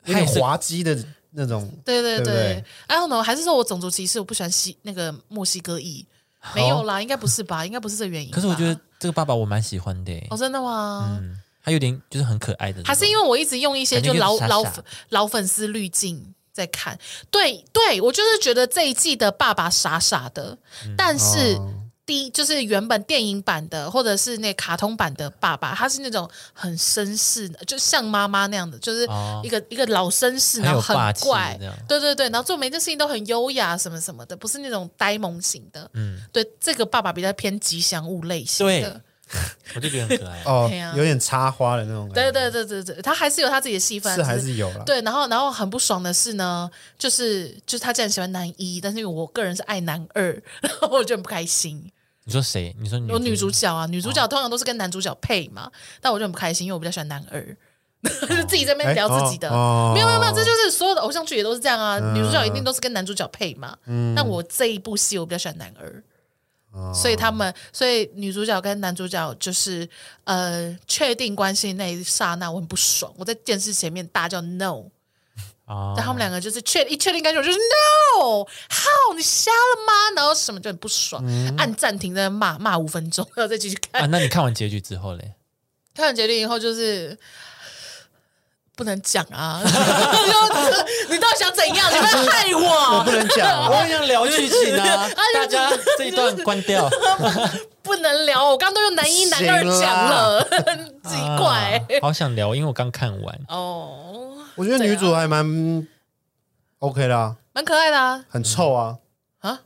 [SPEAKER 3] 有点滑稽的那种，
[SPEAKER 2] 对对
[SPEAKER 3] 对不对
[SPEAKER 2] i don't know，还是说我种族歧视？我不喜欢西那个墨西哥裔？没有啦，应该不是吧？应该不是这原因吧。
[SPEAKER 1] 可是我觉得这个爸爸我蛮喜欢的耶、
[SPEAKER 2] 哦，真的吗？
[SPEAKER 1] 他有点就是很可爱的那种，
[SPEAKER 2] 还是因为我一直用一些
[SPEAKER 1] 感觉
[SPEAKER 2] 就
[SPEAKER 1] 有点
[SPEAKER 2] 老
[SPEAKER 1] 哎傻傻
[SPEAKER 2] 老粉老粉丝滤镜在看，对对，我就是觉得这一季的爸爸傻傻的，
[SPEAKER 1] 嗯
[SPEAKER 2] 但是。
[SPEAKER 3] 哦
[SPEAKER 2] 第一就是原本电影版的，或者是那卡通版的爸爸，他是那种很绅士的，就像妈妈那样的，就是
[SPEAKER 1] 哦
[SPEAKER 2] 一个、一个老绅士，
[SPEAKER 1] 很
[SPEAKER 2] 然
[SPEAKER 1] 有
[SPEAKER 2] 后很
[SPEAKER 1] 霸气
[SPEAKER 2] 怪
[SPEAKER 1] 这样，
[SPEAKER 2] 对对对，然后做每件事情都很优雅什么什么的，不是那种呆萌型的。
[SPEAKER 1] 嗯，
[SPEAKER 2] 对，这个爸爸比较偏吉祥物类型
[SPEAKER 1] 对
[SPEAKER 2] 的，
[SPEAKER 1] 我就觉得很可 爱。
[SPEAKER 3] 哦
[SPEAKER 2] 对啊，
[SPEAKER 3] 有点插花的那种感
[SPEAKER 2] 对
[SPEAKER 3] 觉，
[SPEAKER 2] 对对对对，他还是有他自己的戏份，啊
[SPEAKER 3] 是还
[SPEAKER 2] 只
[SPEAKER 3] 是有啦。
[SPEAKER 2] 对，然后然后很不爽的是呢，就是就是他竟然喜欢男一，但是因为我个人是爱男二， 然后我就很不开心。
[SPEAKER 1] 你说谁？你说女
[SPEAKER 2] 有女主角啊，女主角通常都是跟男主角配嘛，但我就很不开心，因为我比较喜欢男二， 就自己在那边
[SPEAKER 3] 哎
[SPEAKER 2] 聊自己的。
[SPEAKER 3] 哦哦嗯
[SPEAKER 2] 没有没有啊没有，这就是所有的偶像剧也都是这样啊，女主角一定都是跟男主角配嘛。但我这一部戏我比较喜欢男二，
[SPEAKER 3] 哦
[SPEAKER 2] 所以他们所以女主角跟男主角就是呃确定关系那一刹那，我很不爽，我在电视前面大叫 no。
[SPEAKER 1] 啊，
[SPEAKER 2] 但他们两个就是确一确定感觉，我就是 no，好，你瞎了吗？然后什么就很不爽，按暂停在那骂骂五分钟，然后再继续看。
[SPEAKER 1] 嗯啊，那你看完结局之后嘞？
[SPEAKER 2] 看完决定以后就是不能讲啊， 就是你到底想怎样？你不要害
[SPEAKER 3] 我不
[SPEAKER 2] 我，
[SPEAKER 3] 能讲，
[SPEAKER 1] 我也想聊剧情啊， 大家这一段关 掉。
[SPEAKER 2] 不能聊。我刚刚都用男一男二讲了，很奇怪
[SPEAKER 1] 啊好想聊，因为我刚看完。
[SPEAKER 2] 哦，
[SPEAKER 3] 我觉得女主还
[SPEAKER 2] 啊
[SPEAKER 3] 蛮 OK 的啊，
[SPEAKER 2] 蛮可爱的啊
[SPEAKER 3] 很臭啊，
[SPEAKER 2] 啊，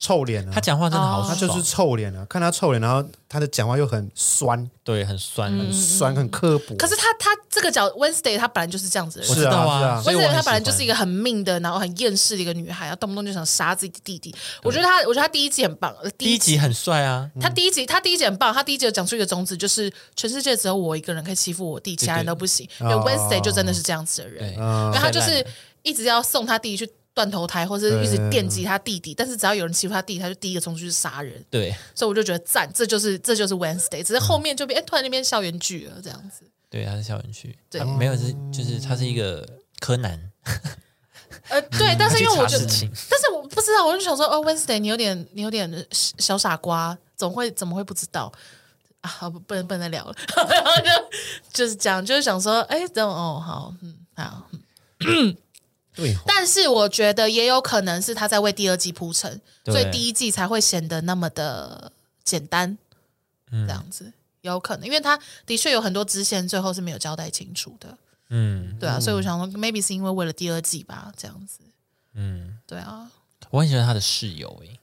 [SPEAKER 3] 臭脸啊
[SPEAKER 1] 他，讲话真的好
[SPEAKER 2] 哦
[SPEAKER 1] 爽，
[SPEAKER 3] 她就是臭脸啊，看她臭脸，然后她的讲话又很酸，
[SPEAKER 1] 对，很酸。
[SPEAKER 3] 很酸，很刻薄。
[SPEAKER 2] 嗯可是他他这个角 Wednesday 他本来就是这样子的人
[SPEAKER 1] 我。知
[SPEAKER 3] 是啊
[SPEAKER 1] 道
[SPEAKER 3] 是啊
[SPEAKER 1] 所以我
[SPEAKER 2] Wednesday
[SPEAKER 1] 很
[SPEAKER 2] 她
[SPEAKER 1] 喜
[SPEAKER 2] 本来
[SPEAKER 1] 欢
[SPEAKER 2] 就是一个很命的，然后很厌世的一个女孩，然后动不动就想杀自己的弟弟。我觉得她，我觉得她第一季很棒。呃
[SPEAKER 1] 第一，集很帅啊，
[SPEAKER 2] 她第一集，她第一集很棒。她第一集有讲出一个宗旨，就是全世界只有我一个人可以欺负我弟，其他人都不行。因为
[SPEAKER 3] 哦
[SPEAKER 2] Wednesday 就真的是这样子的人
[SPEAKER 1] 对，，哦
[SPEAKER 2] 然
[SPEAKER 3] 嗯
[SPEAKER 2] 后她就是一直要送她弟去断头台，或者一直
[SPEAKER 3] 对
[SPEAKER 2] 电击她弟弟。但是只要有人欺负她弟，她就第一个冲出去杀人。
[SPEAKER 1] 对
[SPEAKER 2] 所以我就觉得赞，这就是这就是 Wednesday。只是后面就变，哎，突然那边校园剧了这样子。
[SPEAKER 1] 对，他是校园剧，
[SPEAKER 2] 对
[SPEAKER 1] 他没有是就是他是一个柯南，
[SPEAKER 2] 呃，对，但是因为我
[SPEAKER 1] 他去
[SPEAKER 2] 觉
[SPEAKER 1] 查
[SPEAKER 2] 得
[SPEAKER 1] 事。情，
[SPEAKER 2] 但是我不知道，我就想说，哦，Wednesday，你有点，你有点小傻瓜，怎么会怎么会不知道啊？好，不不能不能再聊了， 然后就就是讲，就是想说，哎，等我哦，好，嗯，好。
[SPEAKER 3] 对哦，
[SPEAKER 2] 但是我觉得也有可能是他在为第二季铺陈，
[SPEAKER 1] 对
[SPEAKER 2] 所以第一季才会显得那么的简单，
[SPEAKER 1] 嗯
[SPEAKER 2] 这样子有可能，因为他的确有很多支线最后是没有交代清楚的，
[SPEAKER 1] 嗯
[SPEAKER 2] 对啊，所以我想说，maybe 是因为为了第二季吧，这样子，
[SPEAKER 1] 嗯，
[SPEAKER 2] 对啊。
[SPEAKER 1] 我很喜欢他的室友欸诶，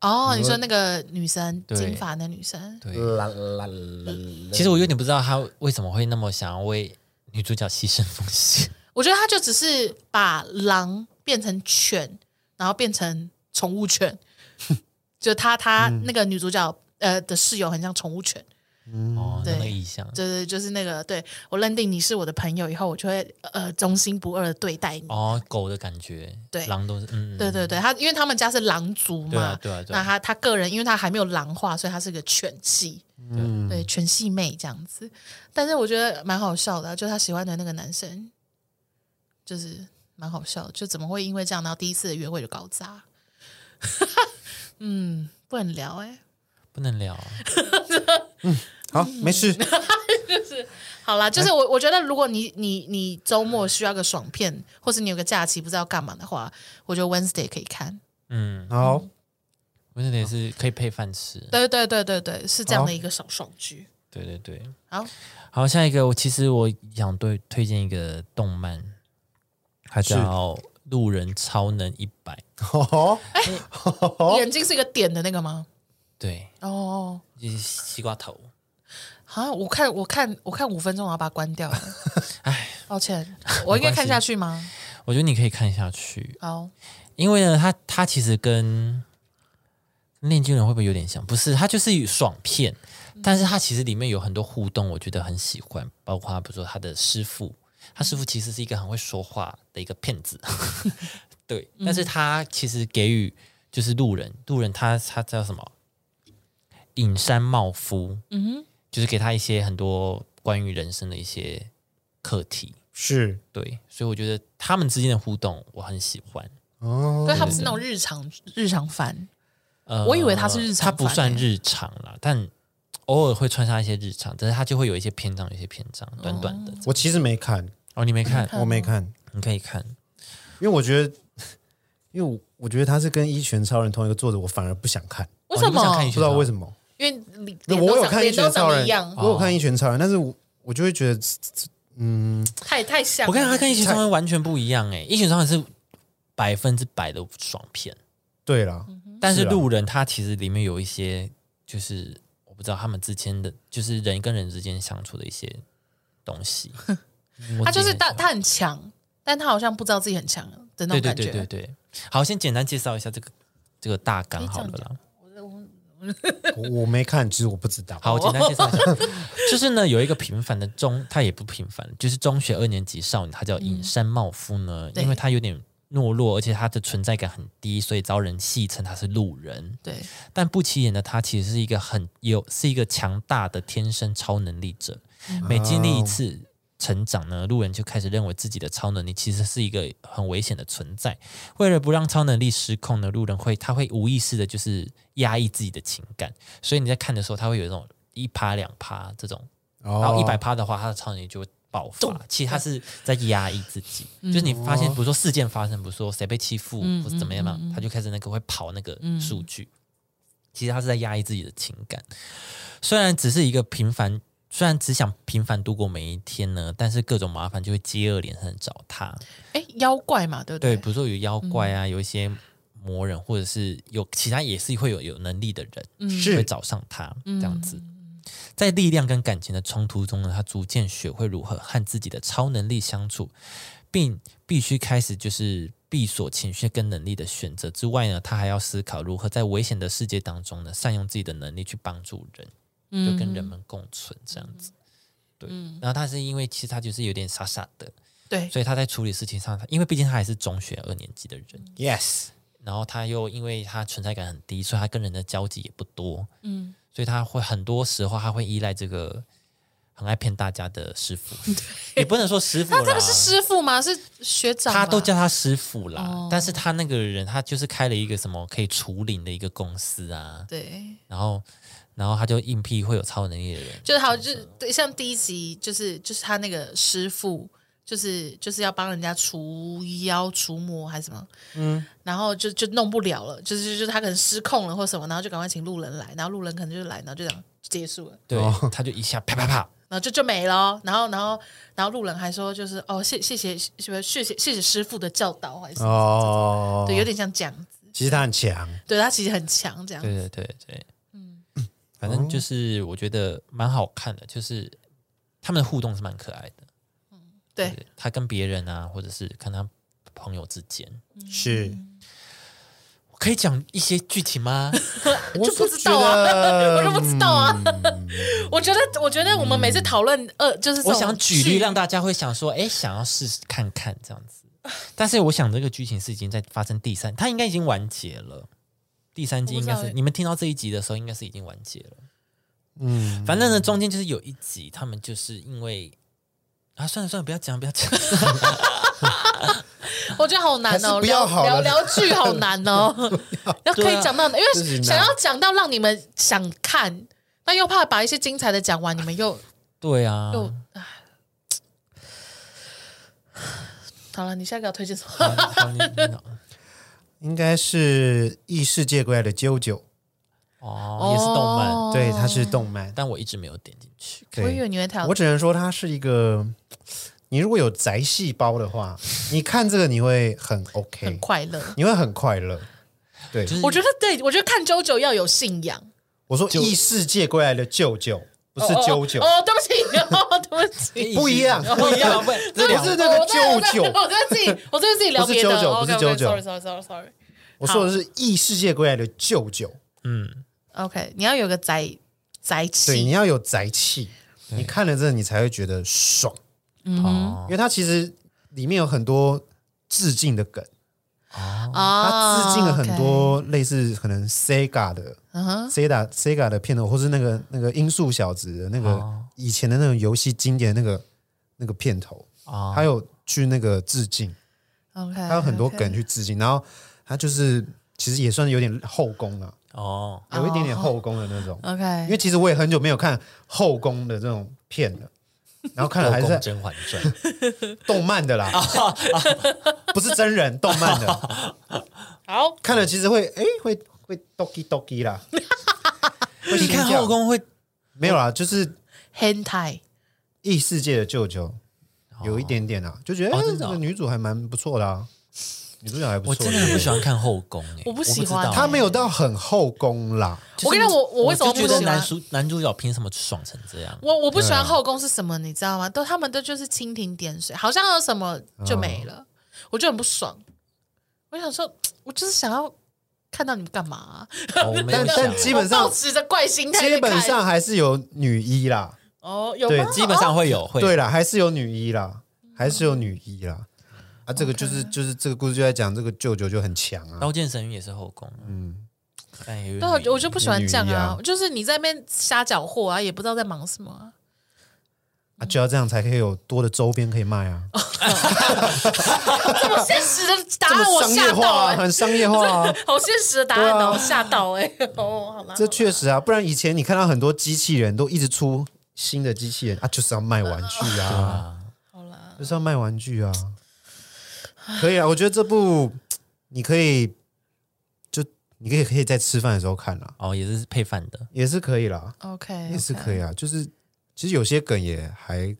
[SPEAKER 2] 哦，你说那个女生，
[SPEAKER 1] 对
[SPEAKER 2] 金发那女生，
[SPEAKER 1] 对，
[SPEAKER 3] 啦啦啦啦
[SPEAKER 1] 其实我有点不知道他为什么会那么想要为女主角牺牲奉献，
[SPEAKER 2] 我觉得他就只是把狼变成犬，然后变成宠 物犬，就他他
[SPEAKER 1] 嗯
[SPEAKER 2] 那个女主角呃的室友很像宠物犬，
[SPEAKER 1] 哦，
[SPEAKER 2] 对
[SPEAKER 1] 那个意象，
[SPEAKER 2] 就是就是那个对我认定你是我的朋友以后，我就会呃忠心不二的对待你。
[SPEAKER 1] 哦，狗的感觉，
[SPEAKER 2] 对
[SPEAKER 1] 狼都是，嗯，嗯
[SPEAKER 2] 对对对，他因为他们家是狼族嘛，
[SPEAKER 1] 对啊对啊对啊
[SPEAKER 2] 那他他个人，因为他还没有狼化，所以他是个犬系，
[SPEAKER 3] 嗯
[SPEAKER 2] 对犬系妹这样子。但是我觉得蛮好笑的啊、就他喜欢的那个男生，就是蛮好笑的，就怎么会因为这样，然后第一次的约会就搞砸？ 嗯，不能聊哎、
[SPEAKER 1] 不能聊啊，
[SPEAKER 3] 好，没事，
[SPEAKER 2] 嗯好啦，
[SPEAKER 3] 哎
[SPEAKER 2] 就是我我觉得，如果你你你周末需要个爽片，或是你有个假期不知道干嘛的话，我觉得 Wednesday 可以看。
[SPEAKER 1] 嗯，
[SPEAKER 3] 好，
[SPEAKER 1] 我觉得也是可以配饭吃，
[SPEAKER 2] 对对对对对，是这样
[SPEAKER 3] 好
[SPEAKER 2] 的一个小爽剧。
[SPEAKER 1] 对对对，
[SPEAKER 2] 好，
[SPEAKER 1] 好，下一个，我其实我想对推荐一个动漫，它
[SPEAKER 3] 是
[SPEAKER 1] 叫《路人超能一百》，
[SPEAKER 3] 哦，
[SPEAKER 2] 眼睛是一个点的那个吗？
[SPEAKER 1] 对，
[SPEAKER 2] 哦，
[SPEAKER 1] 就是西瓜头。
[SPEAKER 2] 啊！我看我看我看五分钟，我要把它关 掉了。
[SPEAKER 1] 唉，
[SPEAKER 2] 抱歉，我应该看下去吗？
[SPEAKER 1] 我觉得你可以看下去，
[SPEAKER 2] 好，
[SPEAKER 1] 因为呢，它它其实跟《炼金人》会不会有点像？不是，它就是爽片，但是它其实里面有很多互动，我觉得很喜欢，包括比如说他的师傅，他师傅其实是一个很会说话的一个骗子，对，但是他其实给予就是路人，路人他他叫什么？隐山茂夫，
[SPEAKER 2] 嗯
[SPEAKER 1] 就是给他一些很多关于人生的一些课题，
[SPEAKER 3] 是
[SPEAKER 1] 对，所以我觉得他们之间的互动我很喜欢。
[SPEAKER 2] 哼，
[SPEAKER 3] 哦
[SPEAKER 2] 所以它不是那种日常日常番，
[SPEAKER 1] 呃
[SPEAKER 2] 我以为它是日常
[SPEAKER 1] 它不
[SPEAKER 2] 版
[SPEAKER 1] 算
[SPEAKER 2] 欸
[SPEAKER 1] 日常啦，但偶尔会穿插一些日常，但是它就会有一些篇章，有一些篇章短短的。
[SPEAKER 3] 我其实没看，
[SPEAKER 1] 哦，你没看，
[SPEAKER 2] 嗯
[SPEAKER 3] 我没看，
[SPEAKER 1] 你可以看。
[SPEAKER 3] 因为我觉得， 因为我我觉得他是跟《一拳超人》同一个作者，我反而不想看，
[SPEAKER 2] 为什
[SPEAKER 1] 哦你不想看
[SPEAKER 2] 么
[SPEAKER 1] 一拳
[SPEAKER 3] 不知道为
[SPEAKER 1] 么？
[SPEAKER 3] 什么。
[SPEAKER 2] 因为脸
[SPEAKER 3] 那
[SPEAKER 2] 脸
[SPEAKER 3] 我
[SPEAKER 2] 都
[SPEAKER 3] 有
[SPEAKER 2] 长
[SPEAKER 3] 看《一
[SPEAKER 2] 脸都
[SPEAKER 3] 拳超
[SPEAKER 2] 长
[SPEAKER 3] 人
[SPEAKER 2] 一样》，，
[SPEAKER 1] 哦
[SPEAKER 3] 我有看《一拳超人》，但是我我就会觉得，
[SPEAKER 2] 太太像了。
[SPEAKER 1] 我跟他跟一拳超人完全不一样哎、一拳超人是百分之百的爽片，
[SPEAKER 3] 对啦，
[SPEAKER 1] 但是
[SPEAKER 3] 是啊
[SPEAKER 1] 路人他其实里面有一些就是我不知道他们之间的，就是人跟人之间相处的一些东西。我
[SPEAKER 2] 他就是
[SPEAKER 1] 自己很喜欢
[SPEAKER 2] 他他很强，但他好像不知道自己很强的那
[SPEAKER 1] 对
[SPEAKER 2] 种
[SPEAKER 1] 对
[SPEAKER 2] 感
[SPEAKER 1] 对对
[SPEAKER 2] 觉。
[SPEAKER 1] 对。好，先简单介绍一下这个这个大纲好了
[SPEAKER 2] 可以这
[SPEAKER 1] 啦。
[SPEAKER 3] 我我没看，其实我不知道。哦
[SPEAKER 1] 好，我简单介绍一下，就是呢，有一个平凡的中，他也不平凡，就是中学二年级少女，她叫隐山茂夫呢，
[SPEAKER 2] 对
[SPEAKER 1] 因为她有点懦弱，而且她的存在感很低，所以遭人戏称她是路人。
[SPEAKER 2] 对，
[SPEAKER 1] 但不起眼的她其实是一个很有是一个强大的天生超能力者，每经历一次。成长呢，路人就开始认为自己的超能力其实是一个很危险的存在。为了不让超能力失控呢，路人会他会无意识的，就是压抑自己的情感，所以你在看的时候，他会有一种一趴两趴这种，然
[SPEAKER 3] 然
[SPEAKER 2] 哦
[SPEAKER 1] 后一百趴的话，他的超能力就会爆发。其实他是在压抑自 己，就是你发现，比如说事件发生，比如说谁被欺负
[SPEAKER 2] 嗯
[SPEAKER 1] 或者怎么样嘛，他就开始那个会跑那个数据。其实他是在压抑自己的情感，虽然只是一个平凡，虽然只想平凡度过每一天呢，但是各种麻烦就会接二连三的找他。
[SPEAKER 2] 哎，妖怪嘛，对不嗯
[SPEAKER 1] 对，
[SPEAKER 2] 对？
[SPEAKER 1] 比如说有妖怪啊，有一些魔人，或者是有其他也是会有有能力的人，
[SPEAKER 2] 嗯
[SPEAKER 1] 会
[SPEAKER 3] 是
[SPEAKER 1] 找上他这样子。在力量跟感情的冲突中呢，他逐渐学会如何和自己的超能力相处，并必须开始就是闭锁情绪跟能力的选择之外呢，他还要思考如何在危险的世界当中呢，善用自己的能力去帮助人，就跟
[SPEAKER 2] 嗯
[SPEAKER 1] 人们共存这样子。对，然后他是因为其实他就是有点傻傻的，
[SPEAKER 2] 对，
[SPEAKER 1] 所以他在处理事情上，他因为毕竟他还是中学二年级的人，
[SPEAKER 3] yes，
[SPEAKER 1] 然后他又因为他存在感很低，所以他跟人的交集也不多，嗯，所以他会很多时候他会依赖这个很爱骗大家的师傅， 也不能说师傅
[SPEAKER 2] 那
[SPEAKER 1] 啦
[SPEAKER 2] 他，是师傅吗？是学长吗？哦
[SPEAKER 1] 他都叫他师傅啦，但是他那个人他就是开了一个什么可以除灵的一个公司啊，
[SPEAKER 2] 对，
[SPEAKER 1] 然后然后他就硬屁会有超能力的人，
[SPEAKER 2] 就是好，
[SPEAKER 1] 啊
[SPEAKER 2] 就是对，像第一集就是就是他那个师傅，就是就是要帮人家除妖除魔还是什么，嗯，然后就就弄不了了，就是就是他可能失控了或什么，然后就赶快请路人来，然后路人可能就来，然后就这样就结束了。
[SPEAKER 1] 对，他就一下啪啪 啪，
[SPEAKER 2] 然后就就没了哦、然后然后然后路人还说就是哦谢谢谢什么谢谢谢谢师傅的教导还是什么、
[SPEAKER 3] 哦，
[SPEAKER 2] 对，有点像这样子，
[SPEAKER 3] 其实他很强，
[SPEAKER 2] 对他其实很强这样，
[SPEAKER 1] 对对对对，嗯，反正就是我觉得蛮好看的，就是他们的互动是蛮可爱的。
[SPEAKER 2] 对
[SPEAKER 1] 对他跟别人啊，或者是跟他朋友之间，
[SPEAKER 2] 嗯
[SPEAKER 3] 是，
[SPEAKER 1] 我可以讲一些剧情吗？
[SPEAKER 3] 我
[SPEAKER 2] 就不
[SPEAKER 3] 是
[SPEAKER 2] 知道啊
[SPEAKER 3] 觉得
[SPEAKER 2] 我就不知道啊。我觉得我觉得我们每次讨论呃就是这
[SPEAKER 1] 我
[SPEAKER 2] 种
[SPEAKER 1] 想举例
[SPEAKER 2] 剧
[SPEAKER 1] 让大家会想说，哎，想要试试看看这样子。但是我想这个剧情是已经在发生第三，它应该已经完结了。第三季
[SPEAKER 2] 我
[SPEAKER 1] 应
[SPEAKER 2] 不知道
[SPEAKER 1] 该是
[SPEAKER 2] 欸
[SPEAKER 1] 你们听到这一集的时候，应该是已经完结了。
[SPEAKER 3] 嗯，
[SPEAKER 1] 反正呢，中间就是有一集，他们就是因为啊，算了算了，不要讲，不要讲。
[SPEAKER 2] 我觉得好难
[SPEAKER 3] 还
[SPEAKER 2] 哦，
[SPEAKER 3] 是不要好
[SPEAKER 2] 聊
[SPEAKER 3] 了
[SPEAKER 2] 聊聊剧好难 哦，要可
[SPEAKER 1] 对
[SPEAKER 2] 以
[SPEAKER 1] 啊
[SPEAKER 2] 讲到，因
[SPEAKER 3] 自己
[SPEAKER 2] 为
[SPEAKER 3] 拿
[SPEAKER 2] 想要讲到让你们想看，但又怕把一些精彩的讲完，你们 又
[SPEAKER 1] 对啊，
[SPEAKER 2] 又唉好了，你下一个要推荐什么？
[SPEAKER 1] 好你你
[SPEAKER 3] 应该是异世界归来的啾啾，
[SPEAKER 1] 哦，也是动漫，
[SPEAKER 2] 哦
[SPEAKER 3] 对，它是动漫，
[SPEAKER 1] 但我一直没有点进去。
[SPEAKER 2] 我以为
[SPEAKER 3] 对，
[SPEAKER 2] 你会挑
[SPEAKER 3] 我只能说它是一个，你如果有宅细胞的话，你看这个你会很
[SPEAKER 2] 很
[SPEAKER 3] OK，
[SPEAKER 2] 快乐。
[SPEAKER 3] 你会很快乐。对，
[SPEAKER 1] 就是
[SPEAKER 2] 我觉得对，我觉得看九九要有信仰，
[SPEAKER 3] 我说异世界归来的舅舅，不是啾啾
[SPEAKER 2] 哦，哦，哦对不起， 哦，对 不起，
[SPEAKER 3] 不一样
[SPEAKER 1] 不一样，不这两
[SPEAKER 3] 不是那个
[SPEAKER 2] 我在我在
[SPEAKER 3] 舅舅
[SPEAKER 2] 我在自己，我在自己聊
[SPEAKER 3] 不是
[SPEAKER 2] 别的
[SPEAKER 3] 啾啾
[SPEAKER 2] ，OK，
[SPEAKER 3] 不是啾啾
[SPEAKER 2] OK，，sorry，sorry，sorry，sorry。
[SPEAKER 3] 我说的是异世界归来的舅舅。
[SPEAKER 1] 嗯，
[SPEAKER 2] OK，你要有个宅宅
[SPEAKER 3] 对，你
[SPEAKER 2] 气，
[SPEAKER 3] 要有宅气，你看了这个你才会觉得爽，
[SPEAKER 1] 哦
[SPEAKER 2] 嗯
[SPEAKER 3] 因，为它其实里面有很多致敬的梗，
[SPEAKER 2] 啊
[SPEAKER 3] 它致敬了很，多类似可能 Sega 的
[SPEAKER 2] 嗯哼，
[SPEAKER 3] Sega Sega 的片段，或是那个那个音速小子的那
[SPEAKER 1] 哦
[SPEAKER 3] 个以前的那种游戏经典的那个那个片头，
[SPEAKER 1] 哦
[SPEAKER 3] 还有去那个致敬，
[SPEAKER 2] OK，
[SPEAKER 3] 它有很多
[SPEAKER 2] 哎 OK
[SPEAKER 3] 梗去致敬，然后它就是其实也算有点后宫了，啊
[SPEAKER 1] 哦，
[SPEAKER 3] 有一点点后宫的那种。
[SPEAKER 2] OK，
[SPEAKER 3] 因为其实我也很久没有看后宫的这种片了，然后看
[SPEAKER 1] 后
[SPEAKER 3] 了还
[SPEAKER 1] 宫《
[SPEAKER 3] 是
[SPEAKER 1] 甄嬛传》
[SPEAKER 3] 动漫的啦，不是真人动漫 的，
[SPEAKER 2] 好，
[SPEAKER 3] 看了其实会哎会会 doki doki 啦。会
[SPEAKER 1] 你
[SPEAKER 3] 心
[SPEAKER 1] 看
[SPEAKER 3] 跳
[SPEAKER 1] 后宫会
[SPEAKER 3] 没有啦，就是
[SPEAKER 2] hentai
[SPEAKER 3] 异世界的舅舅 有一点点啊，就觉得
[SPEAKER 1] 哦
[SPEAKER 3] 哎
[SPEAKER 1] 真的
[SPEAKER 3] 这
[SPEAKER 1] 哦
[SPEAKER 3] 个女主还蛮不错的啊，女主角还不
[SPEAKER 1] 我
[SPEAKER 3] 错。
[SPEAKER 1] 真的很不喜欢看后宫哎、
[SPEAKER 2] 我不
[SPEAKER 1] 不
[SPEAKER 2] 喜欢
[SPEAKER 1] 知道
[SPEAKER 3] 她没有到很后宫 啦，
[SPEAKER 1] 就是
[SPEAKER 2] 我跟你讲我我为什么
[SPEAKER 1] 就觉得
[SPEAKER 2] 不喜欢
[SPEAKER 1] 男主男主角凭什么爽成这样？
[SPEAKER 2] 我我不喜
[SPEAKER 3] 啊
[SPEAKER 2] 欢后宫是什么，你知道吗？都他们都就是蜻蜓点水，好像有什么就没
[SPEAKER 3] 哦
[SPEAKER 2] 了，我就很不爽。我想说，我就是想要看到你们干嘛啊、
[SPEAKER 1] 哦我没有
[SPEAKER 3] 但
[SPEAKER 1] 想
[SPEAKER 3] 但
[SPEAKER 1] 过，
[SPEAKER 3] 基本上
[SPEAKER 2] 我抱持着怪心态去看，
[SPEAKER 3] 基本上还是有女一啦，
[SPEAKER 2] 哦，有
[SPEAKER 3] 对
[SPEAKER 2] 吗？
[SPEAKER 1] 基本上会有会
[SPEAKER 3] 对啦，还是有女一啦，还是有女一啦。啊，这个就是就是这个故事就在讲这个舅舅就很强啊，
[SPEAKER 1] 刀剑神域》也是后宫，嗯，哎，有
[SPEAKER 2] 对啊，我就不喜欢这样
[SPEAKER 3] 女一
[SPEAKER 2] 啊
[SPEAKER 3] 啊！
[SPEAKER 2] 就是你在那边瞎搅和啊，也不知道在忙什么 啊。
[SPEAKER 3] 啊，就要这样才可以有多的周边可以卖啊，
[SPEAKER 2] 这么现实的答
[SPEAKER 3] 这
[SPEAKER 2] 案，
[SPEAKER 3] 么
[SPEAKER 2] 我
[SPEAKER 3] 商
[SPEAKER 2] 吓
[SPEAKER 3] 业
[SPEAKER 2] 到
[SPEAKER 3] 化、
[SPEAKER 2] 哎、
[SPEAKER 3] 啊，很商业化啊，
[SPEAKER 2] 好现实的答案哦，
[SPEAKER 3] 对啊
[SPEAKER 2] 吓到哎、哦，好啦，
[SPEAKER 3] 这确实啊，不然以前你看到很多机器人都一直出新的机器人啊，就是要卖玩具啊，
[SPEAKER 1] 啊，
[SPEAKER 2] 好啦，
[SPEAKER 3] 就是要卖玩具啊，可以啊，我觉得这部你可以就你可以可以在吃饭的时候看啦，
[SPEAKER 1] 哦，也是配饭的，
[SPEAKER 3] 也是可以啦。
[SPEAKER 2] OK，,
[SPEAKER 3] 也是可
[SPEAKER 2] 以。
[SPEAKER 3] 以啊，就是其实有些梗也还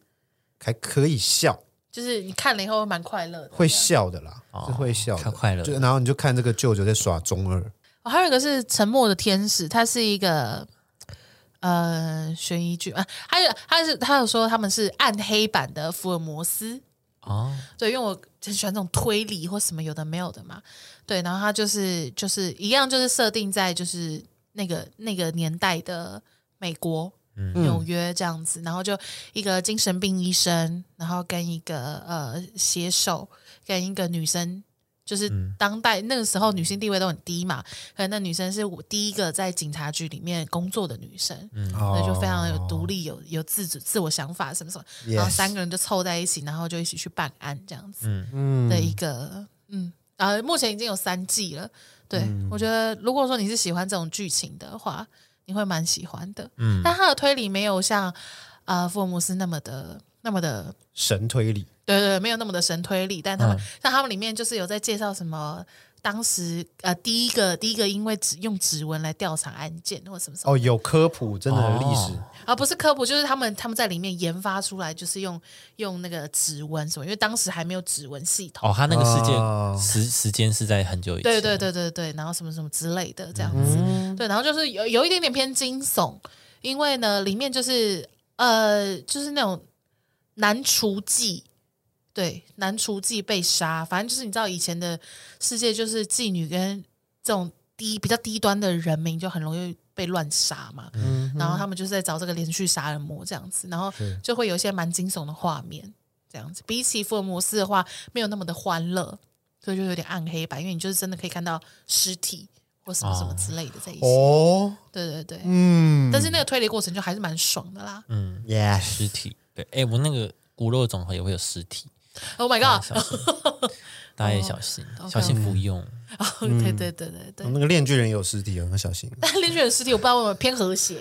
[SPEAKER 3] 还可以笑，
[SPEAKER 2] 就是你看了以后会蛮快乐的。
[SPEAKER 3] 会笑的啦，
[SPEAKER 1] 哦
[SPEAKER 3] 是会笑的，
[SPEAKER 1] 看快乐
[SPEAKER 3] 就然后你就看这个舅舅在耍中二，
[SPEAKER 2] 哦还有一个是《沉默的天使》，它是一个呃悬疑剧啊，还有他是他有说他们是暗黑版的福尔摩斯，
[SPEAKER 1] 哦，
[SPEAKER 2] 对，因为我很喜欢这种推理或什么有的没有的嘛。对，然后它就是就是一样，就是设定在就是那个那个年代的美国。纽约这样子，然后就一个精神病医生，然后跟一个呃写手，跟一个女生，就是当代、那个时候女性地位都很低嘛，可能那女生是我第一个在警察局里面工作的女生，
[SPEAKER 3] 那
[SPEAKER 2] 那就非常有独立、有有自主、自我想法什么什么。然后
[SPEAKER 3] 哦 Yes
[SPEAKER 2] 三个人就凑在一起，然后就一起去办案这样子
[SPEAKER 1] 嗯
[SPEAKER 3] 嗯
[SPEAKER 2] 的一个，嗯，啊，目前已经有三季了。对、
[SPEAKER 1] 嗯
[SPEAKER 2] 我觉得，如果说你是喜欢这种剧情的话，你会蛮喜欢的。
[SPEAKER 1] 嗯，
[SPEAKER 2] 但他的推理没有像呃福尔摩斯那么的、那么的
[SPEAKER 3] 神推理，
[SPEAKER 2] 对对，没有那么的神推理，但他
[SPEAKER 1] 嗯
[SPEAKER 2] 们、但他们里面就是有在介绍什么。当时呃，第一个第一个因为指用指纹来调查案件或什么什么
[SPEAKER 3] 哦，有科普，真的有历史，
[SPEAKER 1] 哦
[SPEAKER 2] 啊，不是科普，就是他们他们在里面研发出来，就是用用那个指纹什么，因为当时还没有指纹系统。
[SPEAKER 1] 哦，他那个世界
[SPEAKER 3] 哦
[SPEAKER 1] 时时间是在很久以前，
[SPEAKER 2] 对对对对对，然后什么什么之类的这样子，对，然后就是有有一点点偏惊悚，因为呢，里面就是呃，就是那种男厨妓，对，男厨妓被杀，反正就是你知道以前的世界就是妓女跟这种低比较低端的人民就很容易被乱杀嘛，
[SPEAKER 3] 嗯，
[SPEAKER 2] 然后他们就是在找这个连续杀人魔这样子，然后
[SPEAKER 3] 是
[SPEAKER 2] 就会有一些蛮惊悚的画面，这样子。比起福尔摩斯的话，没有那么的欢乐，所以就有点暗黑吧，因为你就是真的可以看到尸体或什么什么之类的在一起。
[SPEAKER 3] 哦，
[SPEAKER 2] 对对对，
[SPEAKER 3] 嗯，
[SPEAKER 2] 但是那个推理过程就还是蛮爽的啦。
[SPEAKER 1] 嗯，
[SPEAKER 3] yes，
[SPEAKER 1] 尸体，对，哎，我那个骨肉总和也会有尸体，
[SPEAKER 2] Oh my
[SPEAKER 1] 大
[SPEAKER 2] god！
[SPEAKER 1] 家小心，大家也小心，
[SPEAKER 2] OK
[SPEAKER 1] 小心服用，
[SPEAKER 2] 哦
[SPEAKER 1] 嗯
[SPEAKER 2] 对对对对对，
[SPEAKER 3] 那个链锯人有尸体哦，要小心，
[SPEAKER 2] 但连续的尸体我不知道为什么偏和谐，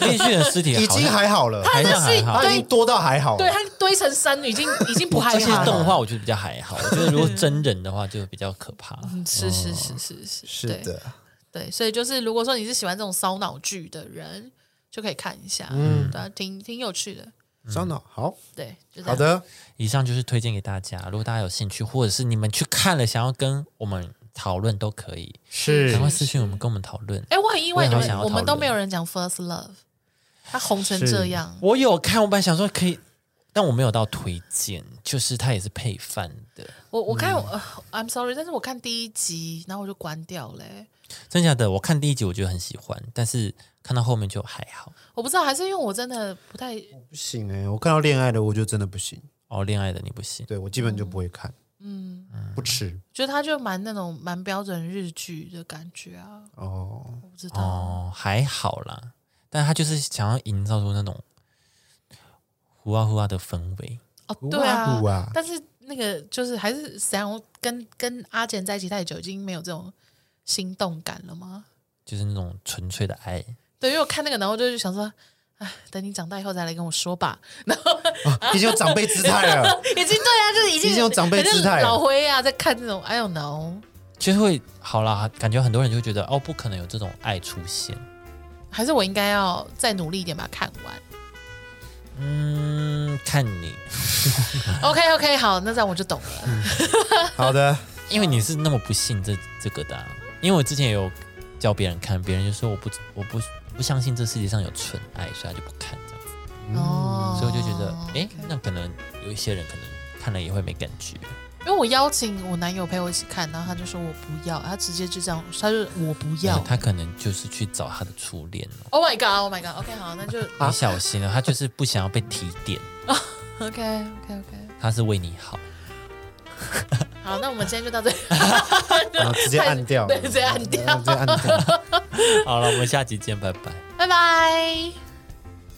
[SPEAKER 1] 猎犬的尸体
[SPEAKER 3] 已
[SPEAKER 1] 好
[SPEAKER 3] 经
[SPEAKER 1] 像
[SPEAKER 3] 还好了，
[SPEAKER 1] 还像
[SPEAKER 2] 但是
[SPEAKER 1] 哎还好
[SPEAKER 3] 他已
[SPEAKER 2] 对
[SPEAKER 3] 经多到还好，
[SPEAKER 2] 对，它堆成山已经已经不害
[SPEAKER 1] 这些
[SPEAKER 2] 怕
[SPEAKER 1] 动
[SPEAKER 2] 了。
[SPEAKER 1] 画我觉得比较还 好，我觉得如果真人的话就比较可怕。
[SPEAKER 2] 嗯是是是是是，
[SPEAKER 3] 是
[SPEAKER 2] 对
[SPEAKER 3] 的，
[SPEAKER 2] 对，所以就是如果说你是喜欢这种烧脑剧的人，就可以看一下，
[SPEAKER 3] 嗯
[SPEAKER 2] 对、啊，挺挺有趣的。
[SPEAKER 3] 伤脑好，
[SPEAKER 2] 对，就这
[SPEAKER 3] 好
[SPEAKER 2] 样。
[SPEAKER 3] 的，
[SPEAKER 1] 以上就是推荐给大家，如果大家有兴趣，或者是你们去看了想要跟我们讨论都可以，
[SPEAKER 3] 是
[SPEAKER 1] 赶快私信我们跟我们讨论。
[SPEAKER 2] 哎，我很意
[SPEAKER 1] 我
[SPEAKER 2] 外，
[SPEAKER 1] 也
[SPEAKER 2] 你
[SPEAKER 1] 好
[SPEAKER 2] 们
[SPEAKER 1] 想要
[SPEAKER 2] 我们
[SPEAKER 1] 讨
[SPEAKER 2] 都
[SPEAKER 1] 论
[SPEAKER 2] 没有人讲 first love，他红成这
[SPEAKER 3] 是
[SPEAKER 2] 样，
[SPEAKER 1] 我有看，我本来想说可以，但我没有到推荐，就是它也是配饭的，
[SPEAKER 2] 我我看、呃 I'm sorry，但是我看第一集，然后我就关掉欸嘞、
[SPEAKER 1] 真假的？我看第一集我觉得很喜欢，但是看到后面就还好。
[SPEAKER 2] 我不知道，还是因为我真的不太，
[SPEAKER 3] 不行哎，我看到恋爱的我就真的不行，
[SPEAKER 1] 哦，恋爱的你不行，
[SPEAKER 3] 对我基本就不会看，嗯，不吃
[SPEAKER 2] 觉得他就蛮那种蛮标准日剧的感觉啊，
[SPEAKER 3] 哦。
[SPEAKER 2] 我不知道。
[SPEAKER 1] 哦，还好啦，但他就是想要营造出那种呼啊呼啊的氛围。
[SPEAKER 2] 哦，
[SPEAKER 3] 古
[SPEAKER 2] 对啊，
[SPEAKER 3] 啊古啊
[SPEAKER 2] 但是那个就是还是沈阳跟跟阿简在一起太久，已经没有这种心动感了吗？
[SPEAKER 1] 就是那种纯粹的爱。
[SPEAKER 2] 对，因为我看那个，然后就是想说，哎，等你长大以后再来跟我说吧。
[SPEAKER 3] 已经有长辈姿态 了，
[SPEAKER 2] 已经对啊，就是已经
[SPEAKER 3] 已经有长辈姿态
[SPEAKER 2] 很
[SPEAKER 3] 了
[SPEAKER 2] 像老灰啊，在看这种 I don't know，
[SPEAKER 1] 其实会好啦，感觉很多人就会觉得哦，不可能有这种爱出现。
[SPEAKER 2] 还是我应该要再努力一点把它看完。
[SPEAKER 1] 嗯，看你，
[SPEAKER 2] OK OK，好，那这样我就懂了。
[SPEAKER 3] 好的，
[SPEAKER 1] 因为你是那么不信这这个的啊、因为我之前也有教别人看，别人就说我不我不不相信这世界上有纯爱，所以他就不看这样子。
[SPEAKER 2] 哦，
[SPEAKER 1] 所以我就觉得，哎、
[SPEAKER 2] OK
[SPEAKER 1] 那可能有一些人可能看了也会没感觉。
[SPEAKER 2] 因为我邀请我男友陪我一起看，然后他就说我不要，他直接就这样，他就我不要。
[SPEAKER 1] 他可能就是去找他的初恋哦。
[SPEAKER 2] Oh my god! Oh my god! OK，好，那就
[SPEAKER 3] 啊
[SPEAKER 1] 你小心哦了，他就是不想要被提点，
[SPEAKER 2] OK OK OK。
[SPEAKER 1] 他是为你好。
[SPEAKER 2] 好，那我们今天就到这里。
[SPEAKER 3] 然后直接按掉，
[SPEAKER 2] 对直接按掉
[SPEAKER 3] 嗯直接按掉。
[SPEAKER 1] 好了，我们下集见，拜拜。
[SPEAKER 2] 拜拜。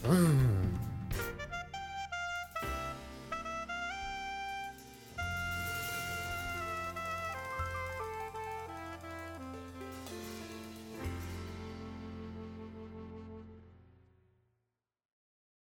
[SPEAKER 3] 嗯。